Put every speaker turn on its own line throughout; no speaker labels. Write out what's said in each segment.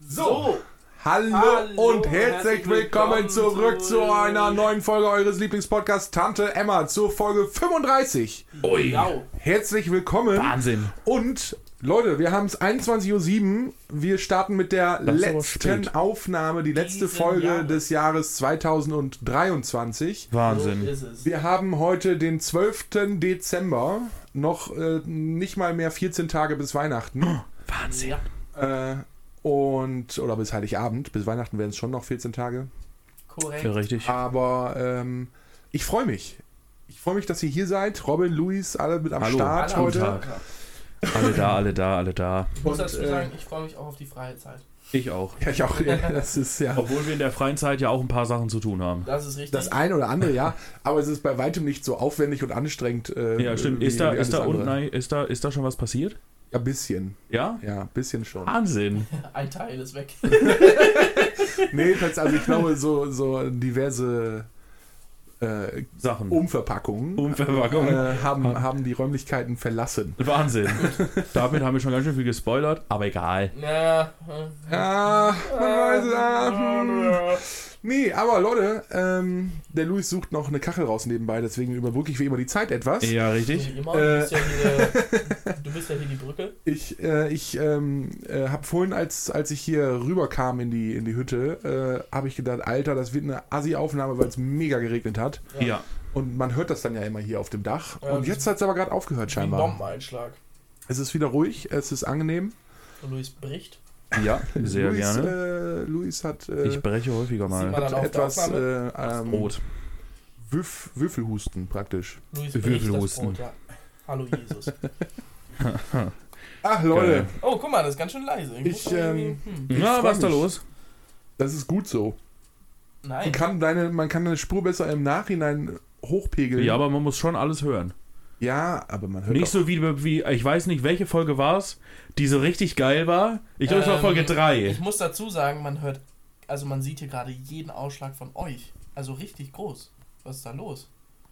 So.
Hallo,
Hallo
und herzlich
herzlich
willkommen
willkommen
zurück zu
zurück.
einer neuen Folge eures Lieblingspodcasts Tante Emma zur Folge 35.
Ui.
Genau.
Herzlich willkommen.
Wahnsinn.
Und Leute, wir haben es 21.07 Uhr. Wir starten mit der
Das ist aber
letzten
spät.
Aufnahme, die letzte
Diesen
Folge
Jahres.
des Jahres 2023.
So
Wahnsinn.
ist es.
Wir haben heute den 12. Dezember, noch äh, nicht mal mehr 14 Tage bis Weihnachten.
Wahnsinn.
Ja,
Äh, und, oder bis Heiligabend, bis Weihnachten wären es schon noch 14 Tage.
korrekt.
Ja, richtig.
Aber ähm, ich freue mich. Ich freue mich, dass ihr hier seid. Robin, Luis, alle mit am
Hallo.
Start
Hallo.
heute.
Guten Tag. Alle da, alle da, alle da.
Ich muss dazu
Und, äh,
sagen, ich freue mich auch auf die freie Zeit.
Ich auch.
Ja, ich auch. Ja, das ist ja
Obwohl wir in der freien Zeit ja auch ein paar Sachen zu tun haben.
Das ist richtig.
das ein oder andere, ja. Aber es ist bei weitem nicht so aufwendig und anstrengend. äh,
Ja, stimmt.
wie-
Ist da,
wie
ist da
alles
unten,
andere.
ein- ist da, ist da schon was passiert?
Ja, bisschen.
Ja?
Ja, bisschen schon.
Ah. Wahnsinn.
Ein Teil ist weg.
Nee, das, also ich glaube, so, so diverse äh,
Sachen.
Umverpackungen
Umverpackung.
äh,
Ah.
haben, haben die Räumlichkeiten verlassen.
Wahnsinn. Damit haben wir schon ganz schön viel gespoilert, aber egal.
Na, hm.
Ah, man weiß es. Ah, hm.
Äh,
Nee, aber Leute, ähm, der Luis sucht noch eine Kachel raus nebenbei, deswegen überbrücke ich wie immer die Zeit etwas.
Ja, richtig.
wie immer,
Äh.
Du bist ja hier der- du bist ja hier die Brücke.
Ich, äh, ich ähm, äh, habe vorhin, als, als ich hier rüberkam in die, in die Hütte, äh, habe ich gedacht, Alter, das wird eine Assi-Aufnahme, weil es mega geregnet hat.
Ja.
Und man hört das dann ja immer hier auf dem Dach.
Ja,
Und
das
jetzt hat es aber gerade aufgehört
Wie ein
scheinbar.
Bombeneinschlag.
Es ist wieder ruhig, es ist angenehm.
Und Luis bricht.
Ja, sehr
Luis,
gerne.
Äh, Luis hat, äh,
Ich breche häufiger
Sieht
mal.
man-
hat
dann auf der
etwas äh, ähm,
Rot.
Würf, Würfelhusten praktisch.
Luis
Wir
bricht das
würfelhusten.
Brot. Ja. Hallo Jesus.
Ach Leute,
Geil.
Oh, guck mal, das ist ganz schön leise.
Ich,
muss mal irgendwie- hm.
Na,
freu
was ist da
mich.
los?
das ist gut so. Man
Nein.
kann, deine, man kann deine Spur besser im Nachhinein hochpegeln.
Ja, aber man muss schon alles hören.
ja, aber man hört
Nicht so wie, wie, ich weiß nicht, welche Folge war es, die so richtig geil war. Ich glaube, es war
Ähm,
Folge 3.
Ich muss dazu sagen, man hört, also man sieht hier gerade jeden Ausschlag von euch. Also richtig groß. Was ist da los?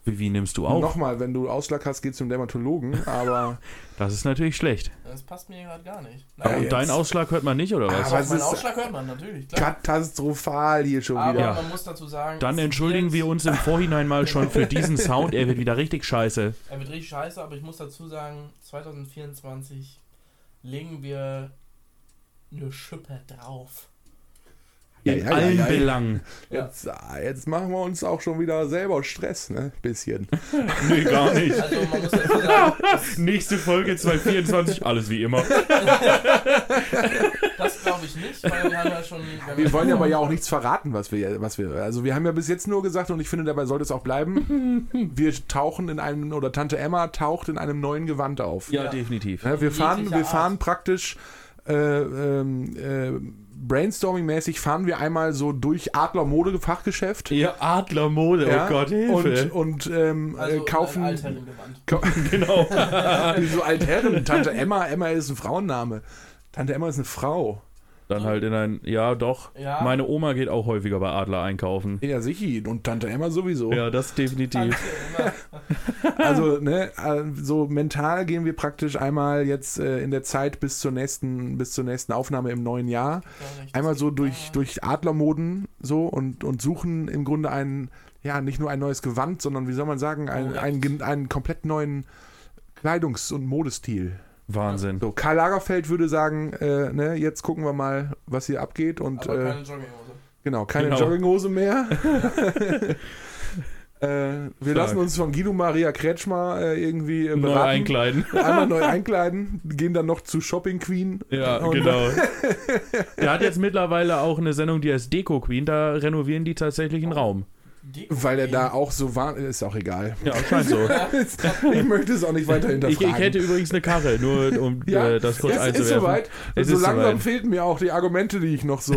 Wie, wie nimmst du auf?
Nochmal, wenn du Ausschlag hast, geh zum Dermatologen, aber,
Das ist natürlich schlecht.
Das passt mir gerade gar nicht.
Ja,
Und
jetzt.
deinen Ausschlag hört man nicht, oder was?
Aber
Auf
es
meinen
ist-
Ausschlag hört man natürlich, klar.
katastrophal hier schon
Aber
wieder.
Ja.
man muss dazu
Ah,
sagen,
Dann entschuldigen wir uns im Vorhinein mal schon für diesen Sound. Er wird wieder richtig scheiße.
er wird richtig scheiße, aber ich muss dazu sagen, 2024 legen wir eine Schippe drauf.
Ja,
In
ja, ja,
allen
ja, ja.
Belangen.
Jetzt, ah, jetzt machen wir uns auch schon wieder selber Stress, ne? Bisschen.
Nee, gar nicht.
Also man muss dazu sagen,
Nächste Folge 224, alles wie immer.
das glaube ich nicht, weil wir haben ja schon... wir haben
Wir
ja-
wollen ja aber ja auch nichts verraten, was wir, was wir. Also wir haben ja bis jetzt nur gesagt, und ich finde, dabei sollte es auch bleiben. wir tauchen in einem, oder Tante Emma taucht in einem neuen Gewand auf.
Ja, definitiv.
Ja, wir
Jeglicher
fahren, wir
Art.
fahren praktisch äh, ähm, äh, brainstorming-mäßig fahren wir einmal so durch Adler Modefachgeschäft.
Ihr Adlermode,
Ja,
oh Gott, Hilfe.
Und, und ähm,
also
äh,
kaufen...
kaufen äh,
Altherrengewandt.
genau.
so Altherren. Tante Emma, Emma ist ein Frauenname. Tante Emma ist eine Frau.
Dann halt in ein, ja doch.
Ja.
Meine Oma geht auch häufiger bei Adler einkaufen.
Ja, sicher. Und Tante Emma sowieso.
Ja, das definitiv.
Also, ne, äh, so mental gehen wir praktisch einmal jetzt äh, in der Zeit bis zur nächsten, bis zur nächsten Aufnahme im neuen Jahr. einmal so durch, durch Adlermoden so und, und suchen im Grunde einen, ja, nicht nur ein neues Gewand, sondern wie soll man sagen,
Oh
einen, einen, gen- einen komplett neuen Kleidungs- und Modestil.
Wahnsinn.
So, Karl Lagerfeld würde sagen, äh, ne, jetzt gucken wir mal, was hier abgeht und
Aber
äh,
keine Jogginghose.
genau, keine
Genau.
Jogginghose mehr. äh, wir lassen uns von Guido Maria Kretschmer äh, irgendwie äh,
Neu
beraten.
einkleiden.
Einmal neu einkleiden, gehen dann noch zu Shopping Queen.
Ja,
Und-
genau. Der hat jetzt mittlerweile auch eine Sendung, die heißt Deko Queen, da renovieren die tatsächlich einen Raum.
Deko
Weil er da auch so war, ist auch egal.
Ja, scheint so.
ich möchte es auch nicht weiter
Ich,
hinterfragen.
ich hätte übrigens eine Karre, nur um
ja,
äh, das kurz
es
einzuwerfen.
ist soweit. Und
Es
so
ist
langsam
soweit.
fehlten mir auch die Argumente, die ich noch so.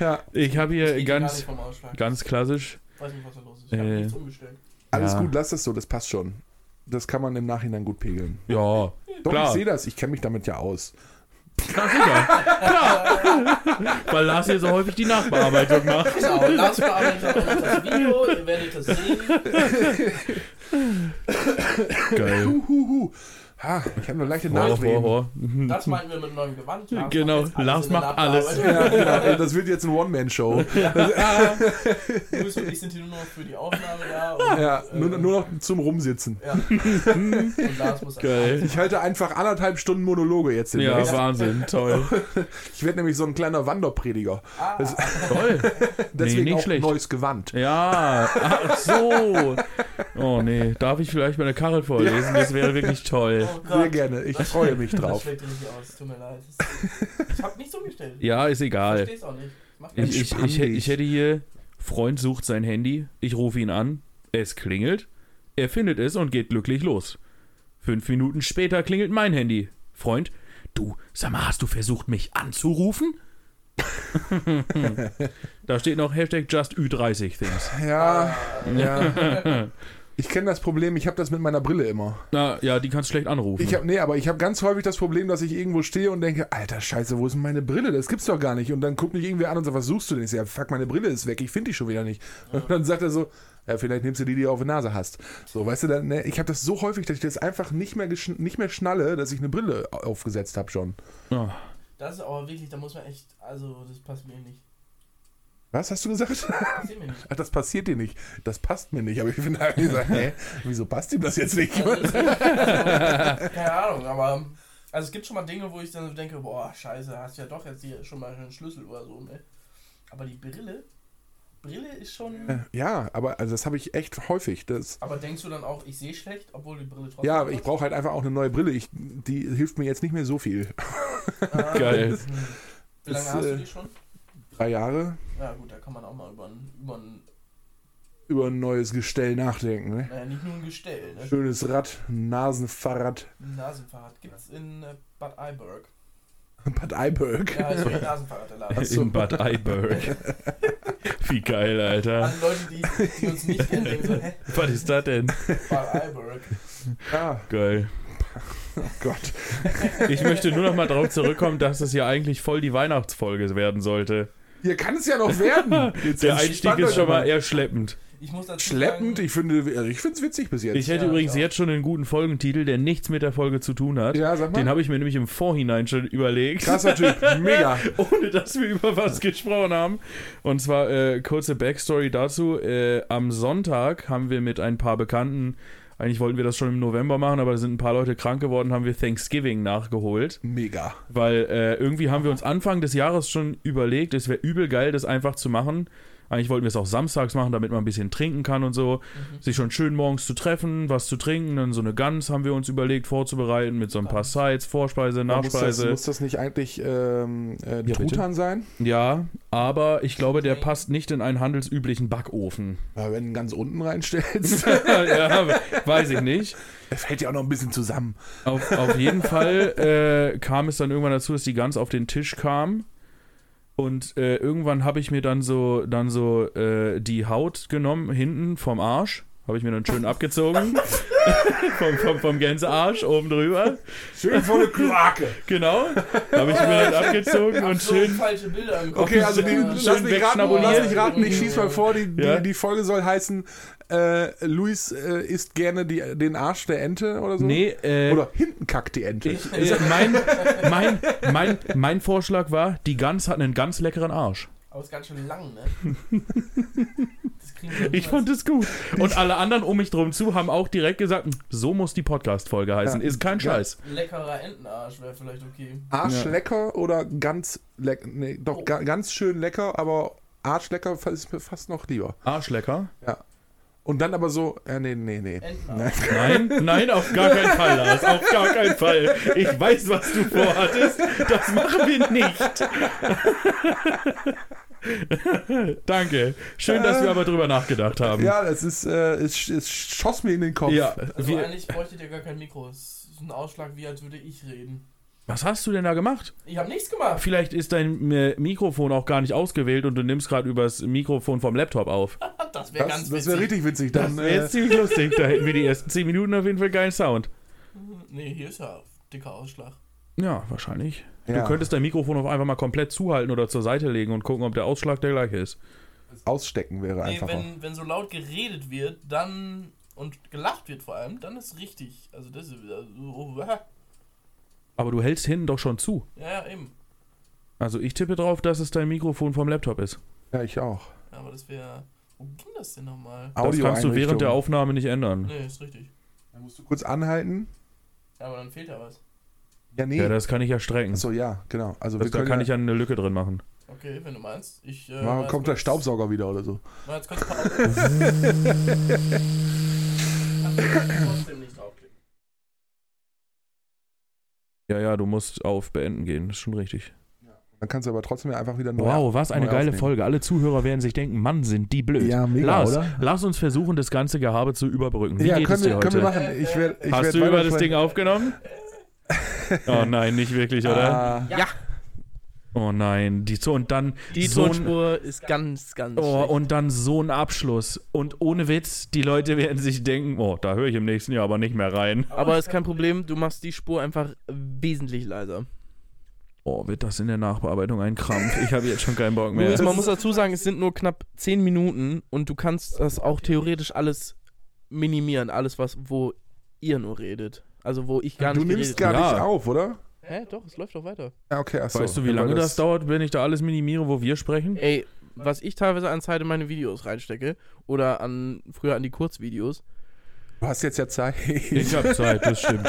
ja,
Ich habe hier
Ich gar nicht
äh, ganz,
vom Ausschlag.
ganz klassisch.
Weiß nicht, was da los ist. Ich hab
Äh.
nichts umgestellt.
alles
Ja.
gut, lass das so, das passt schon. Das kann man im Nachhinein gut pegeln.
Ja,
Doch,
Klar.
ich sehe das, ich kenne mich damit ja aus.
na sicher. Klar. Weil Lars hier so häufig die Nachbearbeitung macht.
Genau, Lars bearbeitet auch noch das Video, ihr werdet das sehen.
Geil.
Huhuhu. Ha, ich habe eine leichte
Horror,
Nachwehen.
Horror.
Das meinten wir mit neuem Gewand.
Genau, Lars macht alles.
Ja, genau. Das wird jetzt eine One-Man-Show.
Luis und ich sind hier nur noch für die Aufnahme da. Und,
Ja, nur, nur noch zum Rumsitzen.
ja. und Lars muss
Geil.
Ich halte einfach anderthalb Stunden Monologe jetzt
Ja,
demnächst.
Wahnsinn, toll.
Ich werde nämlich so ein kleiner Wanderprediger.
Ah,
Toll.
Deswegen
nicht
auch
schlecht.
neues Gewand.
Ja, ach so. Oh nee, darf ich vielleicht meine Karre vorlesen? Das wäre wirklich toll.
oh
Sehr
Gott.
gerne. Ich freue mich
Das
drauf.
schlägt dir nicht aus, tut mir leid. Ich hab nichts umgestellt.
Ja, ist
Ich
egal.
versteh's auch nicht. Macht
Ich, ich,
Entspann
ich, hä-
dich.
ich hätte hier, Freund sucht sein Handy, ich rufe ihn an, es klingelt, er findet es und geht glücklich los. Fünf Minuten später klingelt mein Handy. Freund, du, sag mal, hast du versucht, mich anzurufen? da steht noch Hashtag just Ü30 Things.
Ja, ja. Ich kenne das Problem, ich habe das mit meiner Brille immer.
Na, ja, die kannst du schlecht anrufen.
Ich habe nee, aber ich habe ganz häufig das Problem, dass ich irgendwo stehe und denke, alter Scheiße, wo ist denn meine Brille? Das gibt's doch gar nicht. Und dann guckt mich irgendwer an und sagt, was suchst du denn? Ich sage, ja, fuck, meine Brille ist weg, ich finde die schon wieder nicht. Und dann sagt er so, ja, vielleicht nimmst du die, die du auf der Nase hast. So, weißt du, dann, ne, ich habe das so häufig, dass ich das einfach nicht mehr, geschn- nicht mehr schnalle, dass ich eine Brille au- aufgesetzt habe schon.
oh,
Das ist aber wirklich, da muss man echt, also das passt mir nicht.
Was hast du gesagt?
Das sehen wir nicht.
Ach, das passiert dir nicht. Das passt mir nicht. Aber ich bin da gesagt, hä, wieso passt ihm das jetzt nicht?
Also, das- also, keine Ahnung, aber also es gibt schon mal Dinge, wo ich dann so denke, boah, scheiße, hast ja doch jetzt hier schon mal einen Schlüssel oder so, ne? Aber die Brille, Brille ist schon.
Ja, aber also das habe ich echt häufig. Das,
Aber denkst du dann auch, ich sehe schlecht, obwohl die Brille trotzdem.
Ja, aber ich brauche halt einfach auch eine neue Brille. Ich, die hilft mir jetzt nicht mehr so viel.
Ah,
Geil.
hm. Wie lange
Das,
hast du
äh,
die schon?
Drei Jahre
Ja gut, da kann man auch mal über ein, über ein
über ein neues Gestell nachdenken. Ne?
naja, nicht nur ein Gestell, ne?
Schönes Rad, Nasenfahrrad,
Ein Nasenfahrrad gibt's in äh, Bad Iberg.
Bad Eiberg.
Ja, also ein Nasenfahrrad, der Laden.
Achso.
in Bad Eiberg. Wie geil, Alter.
Alle Leute, die, die uns nicht kennen, denken so, hä?
Was ist das denn?
Bad Iberg.
Ja,
Geil.
oh Gott.
Ich möchte nur noch mal darauf zurückkommen, dass das ja eigentlich voll die Weihnachtsfolge werden sollte.
Hier kann es ja noch werden. Jetzt
Der
entspannt
Einstieg ist
euch
schon mal
eher
eher schleppend.
Ich muss dazu
schleppend.
sagen,
Ich finde, also ich finde es witzig bis jetzt.
Ich hätte
Ja,
übrigens
ja.
jetzt schon einen guten Folgentitel, der nichts mit der Folge zu tun hat.
ja, sag mal.
Den habe ich mir nämlich im Vorhinein schon überlegt.
Krasser Typ, mega.
Ohne dass wir über was gesprochen haben. Und zwar äh, kurze Backstory dazu. Äh, am Sonntag haben wir mit ein paar Bekannten, eigentlich wollten wir das schon im November machen, aber da sind ein paar Leute krank geworden, haben wir Thanksgiving nachgeholt.
Mega.
Weil äh, irgendwie haben wir uns Anfang des Jahres schon überlegt, es wäre übel geil, das einfach zu machen. Eigentlich wollten wir es auch samstags machen, damit man ein bisschen trinken kann und so. Sich schon schön morgens zu treffen, was zu trinken. Dann so eine Gans haben wir uns überlegt vorzubereiten mit so ein paar Sides, Vorspeise,
Muss das,
Nachspeise.
muss das nicht eigentlich ähm, äh,
Ja, bitte.
Truthahn sein?
Ja, aber ich glaube, der passt nicht in einen handelsüblichen Backofen.
Ja, wenn du ihn ganz unten reinstellst,
ja, weiß ich nicht.
er fällt ja auch noch ein bisschen zusammen.
Auf, auf jeden Fall äh, kam es dann irgendwann dazu, dass die Gans auf den Tisch kam. Und äh, irgendwann habe ich mir dann so, dann so äh, die Haut genommen, hinten vom Arsch. Habe ich mir dann schön abgezogen. vom, vom, vom Gänsearsch oben drüber.
Schön volle Kloake.
Genau. Habe ich mir dann abgezogen und
so
schön.
falsche Bilder im Kopf.
Okay, also die,
Ja.
lass mich raten,
wegschnabulieren.
lass mich raten, ich schieß mal vor, die, die,
Ja.
die Folge soll heißen, äh, Luis äh, isst gerne die, den Arsch der Ente oder so.
Nee, äh,
Oder hinten kackt die Ente.
ich, äh, mein, mein, mein, mein Vorschlag war, die Gans hat einen ganz leckeren Arsch.
Aber ist ganz schön lang, ne? Das kriegen wir
Ich fand es gut. Und alle anderen um mich drum zu haben auch direkt gesagt, hm, so muss die Podcast-Folge heißen.
Ja.
Ist kein
Ja.
Scheiß.
niemals. leckerer Entenarsch wäre vielleicht okay.
Arsch
Ja.
lecker oder ganz lecker, nee, doch
Oh.
ga, ganz schön lecker, aber Arsch lecker fa- ist mir fast noch lieber.
Arschlecker?
Und dann aber so, äh, nee, nee, nee.
Entenarsch.
Nein, nein, auf gar keinen Fall, Lars. Auf gar keinen Fall. Ich weiß, was du vorhattest. Das machen wir nicht. Danke. Schön, dass wir aber drüber nachgedacht haben.
Ja, das ist, äh, es, es schoss mir in den Kopf.
Ähm. Ja,
Also
wir,
eigentlich bräuchtet ihr gar kein Mikro. Es ist ein Ausschlag, wie als würde ich reden.
was hast du denn da gemacht?
Ich habe nichts gemacht.
Vielleicht ist dein äh, Mikrofon auch gar nicht ausgewählt und du nimmst gerade übers Mikrofon vom Laptop auf.
Das wäre
Das,
ganz
das wäre
witzig.
richtig witzig. Dann,
Das wäre
äh,
jetzt ziemlich lustig. Da hätten wir die ersten 10 Minuten auf jeden Fall geilen Sound.
Nee, hier ist ja dicker Ausschlag.
Ja, wahrscheinlich.
ja.
Du könntest dein Mikrofon auch einfach mal komplett zuhalten oder zur Seite legen und gucken, ob der Ausschlag der gleiche ist.
Ausstecken wäre
Nee,
einfacher.
wenn, wenn so laut geredet wird, dann
und gelacht wird vor allem, dann ist richtig. Also das ist wieder
oh,
so.
Aber du hältst hinten doch schon zu.
Ja, ja, eben.
Also ich tippe drauf, dass es dein Mikrofon vom Laptop ist.
Ja, ich auch.
Ja, aber das wäre. Wo ging das denn nochmal?
Das kannst du während
Audioeinrichtung.
der Aufnahme nicht ändern.
Nee, ist richtig.
Dann musst du kurz anhalten.
Ja, aber dann fehlt ja was.
Ja, nee.
Ja, das kann ich ja strecken.
Achso, ja, genau. Also
Hm. das,
wir
da
können
kann ich ja eine Lücke drin machen.
Okay, wenn du meinst. Ich, äh,
Mal,
jetzt
kommt der
kurz-
Staubsauger wieder oder so.
Mal jetzt kurz Pause. Kannst du trotzdem nicht draufklicken.
Ja, ja, du musst auf Beenden gehen, ist schon richtig.
Dann kannst du aber trotzdem einfach wieder neu.
Wow, was eine
neu
geile
aufnehmen.
Folge. Alle Zuhörer werden sich denken, Mann, sind die blöd.
Ja, mega,
Lars,
oder?
Lass uns versuchen, das ganze Gehabe zu überbrücken. Wie
ja,
geht
können
es dir
wir,
heute?
können wir machen. Ich werd, ich
Hast
werd
du über
weiter
das
von-
Ding aufgenommen? Oh nein, nicht wirklich, oder?
Ah,
Oh nein, die so und dann
Die
so ein,
Tonspur ist ganz, ganz
oh,
schlecht.
und dann so ein Abschluss und ohne Witz, die Leute werden sich denken, oh, da höre ich im nächsten Jahr aber nicht mehr rein.
Aber ist kein Problem, du machst die Spur einfach wesentlich leiser.
Oh, wird das in der Nachbearbeitung ein Krampf? Ich habe jetzt schon keinen Bock mehr.
Übrigens, man muss dazu sagen, es sind nur knapp 10 Minuten und du kannst das auch theoretisch alles minimieren, alles was, wo ihr nur redet. Also wo ich gar
du
nicht
nimmst
geredet
gar
Ja.
nicht auf, oder?
habe. Hä, doch, es läuft doch weiter.
Ja, okay, achso.
weißt du, wie lange das dauert, wenn ich da alles minimiere, wo wir sprechen?
Ey, was ich teilweise an Zeit in meine Videos reinstecke oder an früher an die Kurzvideos,
Du hast jetzt ja Zeit.
Ich habe Zeit, das stimmt.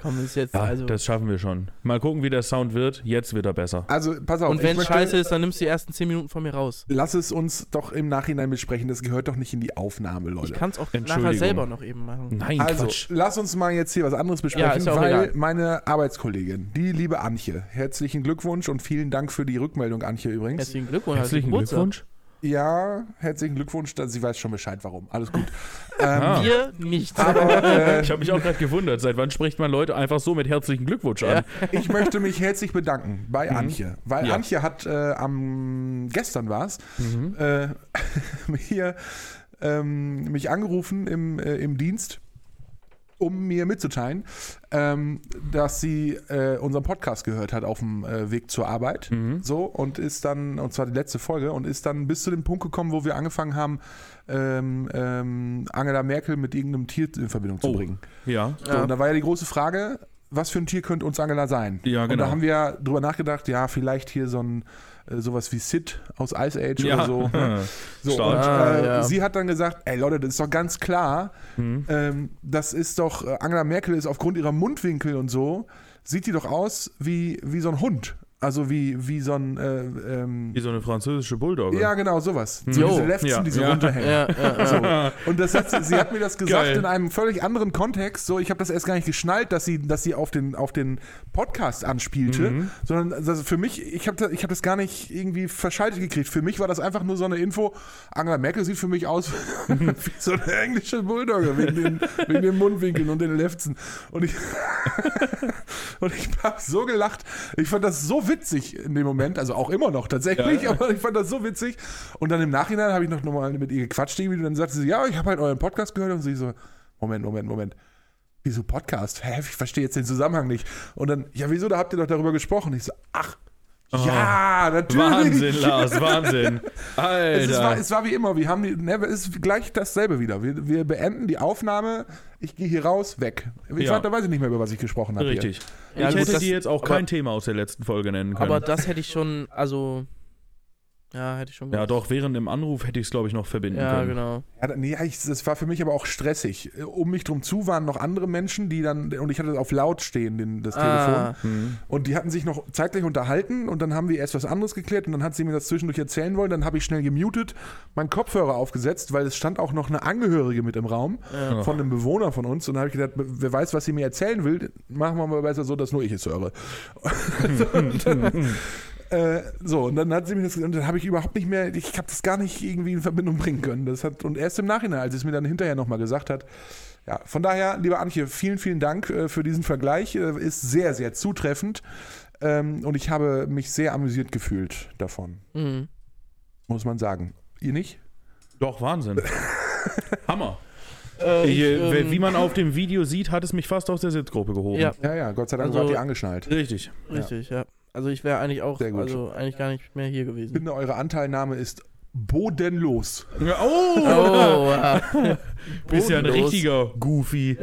kommen es jetzt
Ja,
also
das schaffen wir schon. Mal gucken, wie der Sound wird. Jetzt wird er besser.
Also, pass auf.
und
ich
wenn
möchte-
scheiße ist, dann nimmst du die ersten 10 Minuten von mir raus.
Lass es uns doch im Nachhinein besprechen. Das gehört doch nicht in die Aufnahme,
Ich
Leute.
kann es auch nachher
Entschuldigung.
selber noch eben machen.
Nein,
Also,
Quatsch.
lass uns mal jetzt hier was anderes
Ja,
besprechen,
ist ja auch
weil
egal.
meine Arbeitskollegin, die liebe Antje, herzlichen Glückwunsch und vielen Dank für die Rückmeldung, Antje übrigens.
Herzlichen Glückwunsch. Also
Herzlichen
Geburtstag.
Glückwunsch.
Ja, herzlichen Glückwunsch, dass sie weiß schon Bescheid, warum. Alles gut. Ähm,
Ah.
Wir nicht.
Aber äh,
Ich habe mich auch gerade gewundert, seit wann spricht man Leute einfach so mit herzlichen Glückwunsch an?
ich möchte mich herzlich bedanken bei Antje, weil
Mhm. Ja. Mhm.
Antje hat äh, am gestern war's äh, hier ähm, mich angerufen im, äh, im Dienst, um mir mitzuteilen, ähm, dass sie äh, unseren Podcast gehört hat auf dem äh, Weg zur Arbeit,
Mhm.
so und ist dann und zwar die letzte Folge und ist dann bis zu dem Punkt gekommen, wo wir angefangen haben, ähm, ähm, Angela Merkel mit irgendeinem Tier in Verbindung zu
Oh.
bringen.
Ja.
So, Und da war ja die große Frage, was für ein Tier könnte uns Angela sein?
Ja,
Und
genau.
da haben wir ja drüber nachgedacht, ja, vielleicht hier so ein äh, sowas wie Sid aus Ice Age oder so. ne? so und,
Stark.
Ah,
äh,
ja.
Sie hat dann gesagt, ey Leute, das ist doch ganz klar,
Mhm.
ähm, das ist doch, äh, Angela Merkel ist aufgrund ihrer Mundwinkel und so, sieht die doch aus wie, wie so ein Hund. Also wie, wie so ein, äh, ähm,
Wie so eine französische Bulldogge.
ja genau, sowas. So
Jo.
diese Lefzen,
Ja.
die so
Ja.
runterhängen.
ja, ja, ja.
So. Und das hat, sie- sie hat mir das gesagt
Geil.
in einem völlig anderen Kontext. So, ich habe das erst gar nicht geschnallt, dass sie, dass sie auf den, auf den Podcast anspielte, sondern also für mich, ich habe das, ich hab das gar nicht irgendwie verschaltet gekriegt. Für mich war das einfach nur so eine Info. Angela Merkel sieht für mich aus wie so eine englische Bulldogge wegen den, wegen den Mundwinkeln und den Lefzen. Und ich, und ich habe so gelacht. Ich fand das so witzig in dem Moment, also auch immer noch tatsächlich, aber ich fand das so witzig. Und dann im Nachhinein habe ich noch mal mit ihr gequatscht irgendwie und dann sagte sie, ja, ich habe halt euren Podcast gehört und sie so, Moment, Moment, Moment. Wieso Podcast? Hä, ich verstehe jetzt den Zusammenhang nicht. Und dann, ja, wieso, da habt ihr doch darüber gesprochen. Ich so, ach, ja, natürlich.
Oh. Wahnsinn, Lars, Wahnsinn.
Es, ist, war,
Alter.
es war wie immer, wir haben die, ne, es ist gleich dasselbe wieder. Wir, wir beenden die Aufnahme, ich gehe hier raus, weg. Ich
Ja.
fand, da weiß ich nicht mehr, über was ich gesprochen habe.
Richtig.
Ja,
ich
gut,
hätte
das-
dir jetzt auch
aber-
kein Thema aus der letzten Folge nennen können.
Aber das hätte ich schon, also. Ja, hätte ich schon
ja,
gewusst.
doch, während dem Anruf hätte ich es, glaube ich, noch verbinden
Ja,
können.
genau.
Ja, da- nee, ich, das war für mich aber auch stressig. Um mich drum zu waren noch andere Menschen, die dann, und ich hatte das auf laut stehen, den, das
Ah,
Telefon. Und die hatten sich noch zeitgleich unterhalten und dann haben wir erst was anderes geklärt und dann hat sie mir das zwischendurch erzählen wollen. Dann habe ich schnell gemutet, meinen Kopfhörer aufgesetzt, weil es stand auch noch eine Angehörige mit im Raum von einem Bewohner von uns. Und dann habe ich gedacht, wer weiß, was sie mir erzählen will, machen wir mal besser so, dass nur ich es höre. Äh, so, und dann hat sie mir das und dann habe ich überhaupt nicht mehr, ich habe das gar nicht irgendwie in Verbindung bringen können. Das hat, und erst im Nachhinein, als sie es mir dann hinterher nochmal gesagt hat. Ja, von daher, lieber Antje, vielen, vielen Dank äh, für diesen Vergleich. Äh, ist sehr, sehr zutreffend. Ähm, und ich habe mich sehr amüsiert gefühlt davon,
Hm.
Mhm.
muss man sagen. Ihr nicht?
Doch, Wahnsinn. Hammer.
Äh, ich,
Ich, äh,
ähm,
wie man auf dem Video sieht, hat es mich fast aus der Sitzgruppe gehoben.
Ja,
Ja, ja, Gott sei Dank
Also-
wart ihr angeschnallt.
Richtig.
richtig, ja. Also ich wäre eigentlich auch,
Sehr gut.
also eigentlich gar nicht mehr hier gewesen.
Ich finde, eure Anteilnahme ist bodenlos.
Oh!
Oh, ja.
Bist ja ein
bodenlos.
richtiger Goofy.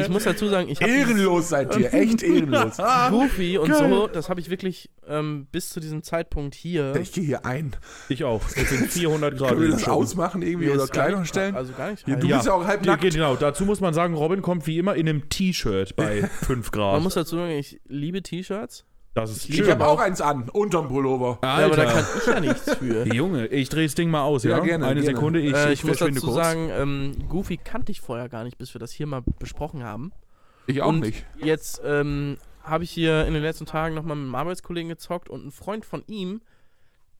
ich muss dazu sagen, ich habe
Ehrenlos seid ihr, echt ehrenlos.
Goofy und
Geil.
so, das habe ich wirklich ähm, bis zu diesem Zeitpunkt hier.
Ich gehe hier ein.
Ich auch. Es sind 400 Grad.
Können wir das
im Schatten.
ausmachen irgendwie
Mir
oder
ist gar
kleiner
nicht-
stellen?
Also gar nicht.
Ja,
heiß.
du bist ja auch halb
Ja,
nackt.
Genau, dazu muss man sagen, Robin kommt wie immer in einem T-Shirt bei 5 Grad.
Man muss dazu sagen, ich liebe T-Shirts.
das ist
Ich
schön.
habe auch eins an, unterm Pullover.
Ja, aber da
Alter,
kann ich ja nichts für.
Junge, ich drehe das Ding mal aus, ja?
Ja, gerne,
Eine
gerne.
Sekunde, ich,
äh, ich muss
verschwinde
dazu
kurz.
sagen, ähm, Goofy kannte ich vorher gar nicht, bis wir das hier mal besprochen haben.
Ich auch
Und
nicht.
Jetzt ähm, habe ich hier in den letzten Tagen nochmal mit einem Arbeitskollegen gezockt und ein Freund von ihm,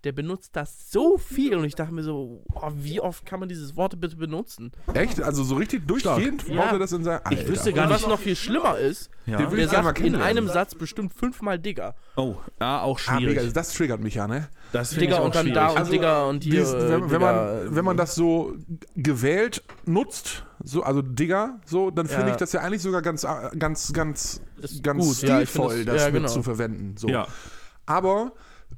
der benutzt das so viel und ich dachte mir so, oh, wie oft kann man dieses Wort bitte benutzen?
Echt? Also so richtig durchgehend
Ja.
braucht er das in sein. Alter.
Ich wüsste gar
Und was
nicht.
noch viel schlimmer ist,
Den
Ja.
will
der
ich gerne mal
sagt in
kennenlernen.
einem Satz bestimmt fünfmal Digger.
Oh, ja, auch
Ah, mega,
schwierig.
das triggert mich ja, ne?
Das finde ich
Digger
auch
also und dann
schwierig.
da und
Also,
Digger und hier.
Dies,
äh,
wenn, wenn,
Digger.
man, wenn man das so gewählt nutzt, so, also Digger, so, dann finde
Ja.
ich das ja eigentlich sogar ganz, äh, ganz, ganz,
Ist
ganz
gut, ja, ich
stilvoll,
finde
das
das- ja,
mit
genau.
zu verwenden. So.
ja.
Aber,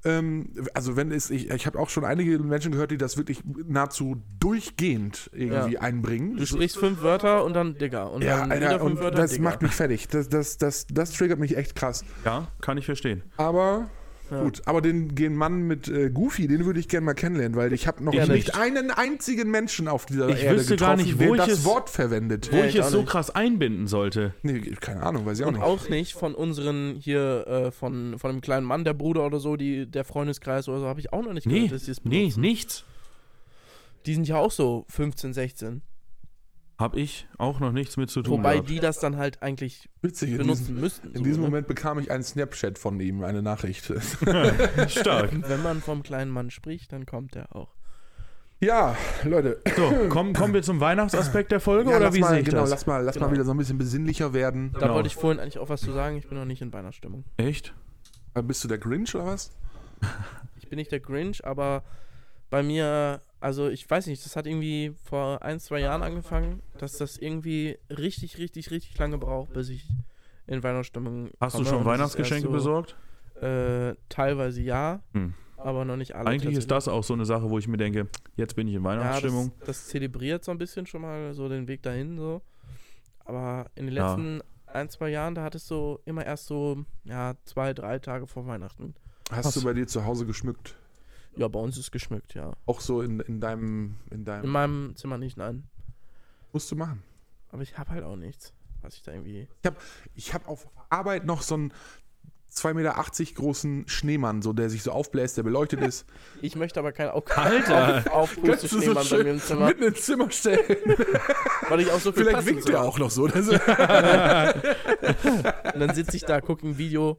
ähm, also wenn es, ich, ich habe auch schon einige Menschen gehört, die das wirklich nahezu durchgehend irgendwie
Ja.
einbringen.
Du sprichst fünf Wörter und dann Digger. Und
ja,
dann
Alter,
wieder fünf
und
Wörter
das
Digger.
macht mich fertig. Das, das, das, das triggert mich echt krass.
ja, kann ich verstehen.
Aber
Ja.
gut, aber den, den Mann mit äh, Goofy, den würde ich gerne mal kennenlernen, weil ich habe noch
Ich
nicht,
nicht.
einen einzigen Menschen auf dieser
Ich
Erde
wüsste
getroffen,
gar nicht, wo
der
ich
das
es-
Wort verwendet.
Wo
Ja,
ich
ich
es
auch
so
nicht.
krass einbinden sollte.
Nee, keine Ahnung, weiß ich auch
Und
nicht.
auch nicht von unseren hier, äh, von, von einem kleinen Mann, der Bruder oder so, die, der Freundeskreis oder so, habe ich auch noch nicht
Nee,
gehört, dass die es
nee,
benutzen.
nichts.
Die sind ja auch so 15, 16.
Hab ich auch noch nichts mit zu tun.
Wobei
gehabt.
die das dann halt eigentlich
Witzig, in diesem,
benutzen müssten.
in
so,
diesem
ne?
Moment bekam ich einen Snapchat von ihm, eine Nachricht.
Stark.
Wenn man vom kleinen Mann spricht, dann kommt er auch.
ja, Leute,
So, komm, kommen wir zum Weihnachtsaspekt der Folge
Ja,
oder
lass
wie
mal,
sehe ich
genau,
das?
Lass mal, lass mal
Genau.
wieder so ein bisschen besinnlicher werden.
Da
Genau.
wollte ich vorhin eigentlich auch was zu sagen, ich bin noch nicht in Weihnachtsstimmung.
Echt?
Äh, Bist du der Grinch oder was?
Ich bin nicht der Grinch, aber bei mir, also ich weiß nicht, das hat irgendwie vor ein, zwei Jahren angefangen, dass das irgendwie richtig, richtig, richtig lange braucht, bis ich in Weihnachtsstimmung
Hast du
komme. Und das
schon
ist erst
Weihnachtsgeschenke
so,
besorgt?
Äh, teilweise ja,
Hm.
aber noch nicht alle.
Eigentlich ist das auch so eine Sache, wo ich mir denke, jetzt bin ich in Weihnachtsstimmung.
Ja, das, das zelebriert so ein bisschen schon mal so den Weg dahin so. Aber in den
Ja.
letzten ein, zwei Jahren, da hattest du immer erst so, ja, zwei, drei Tage vor Weihnachten.
Hast
Was?
du bei dir zu Hause geschmückt?
Ja, bei uns ist geschmückt, ja.
Auch so in, in deinem, in
In
deinem.
meinem Zimmer nicht, nein.
Musst du machen.
Aber ich habe halt auch nichts, was ich da irgendwie.
Ich habe auf Arbeit noch so einen 2,80 Meter großen Schneemann, so der sich so aufbläst, der beleuchtet ist.
Ich möchte aber kein auf
Alter!
auf, auf
Kannst du so
Schneemann bei
schön
mir im Zimmer,
ins Zimmer stellen.
weil ich auch so viel
Vielleicht
passen
winkt
soll.
er auch noch so. Das
Und dann sitze ich da, gucke ein Video.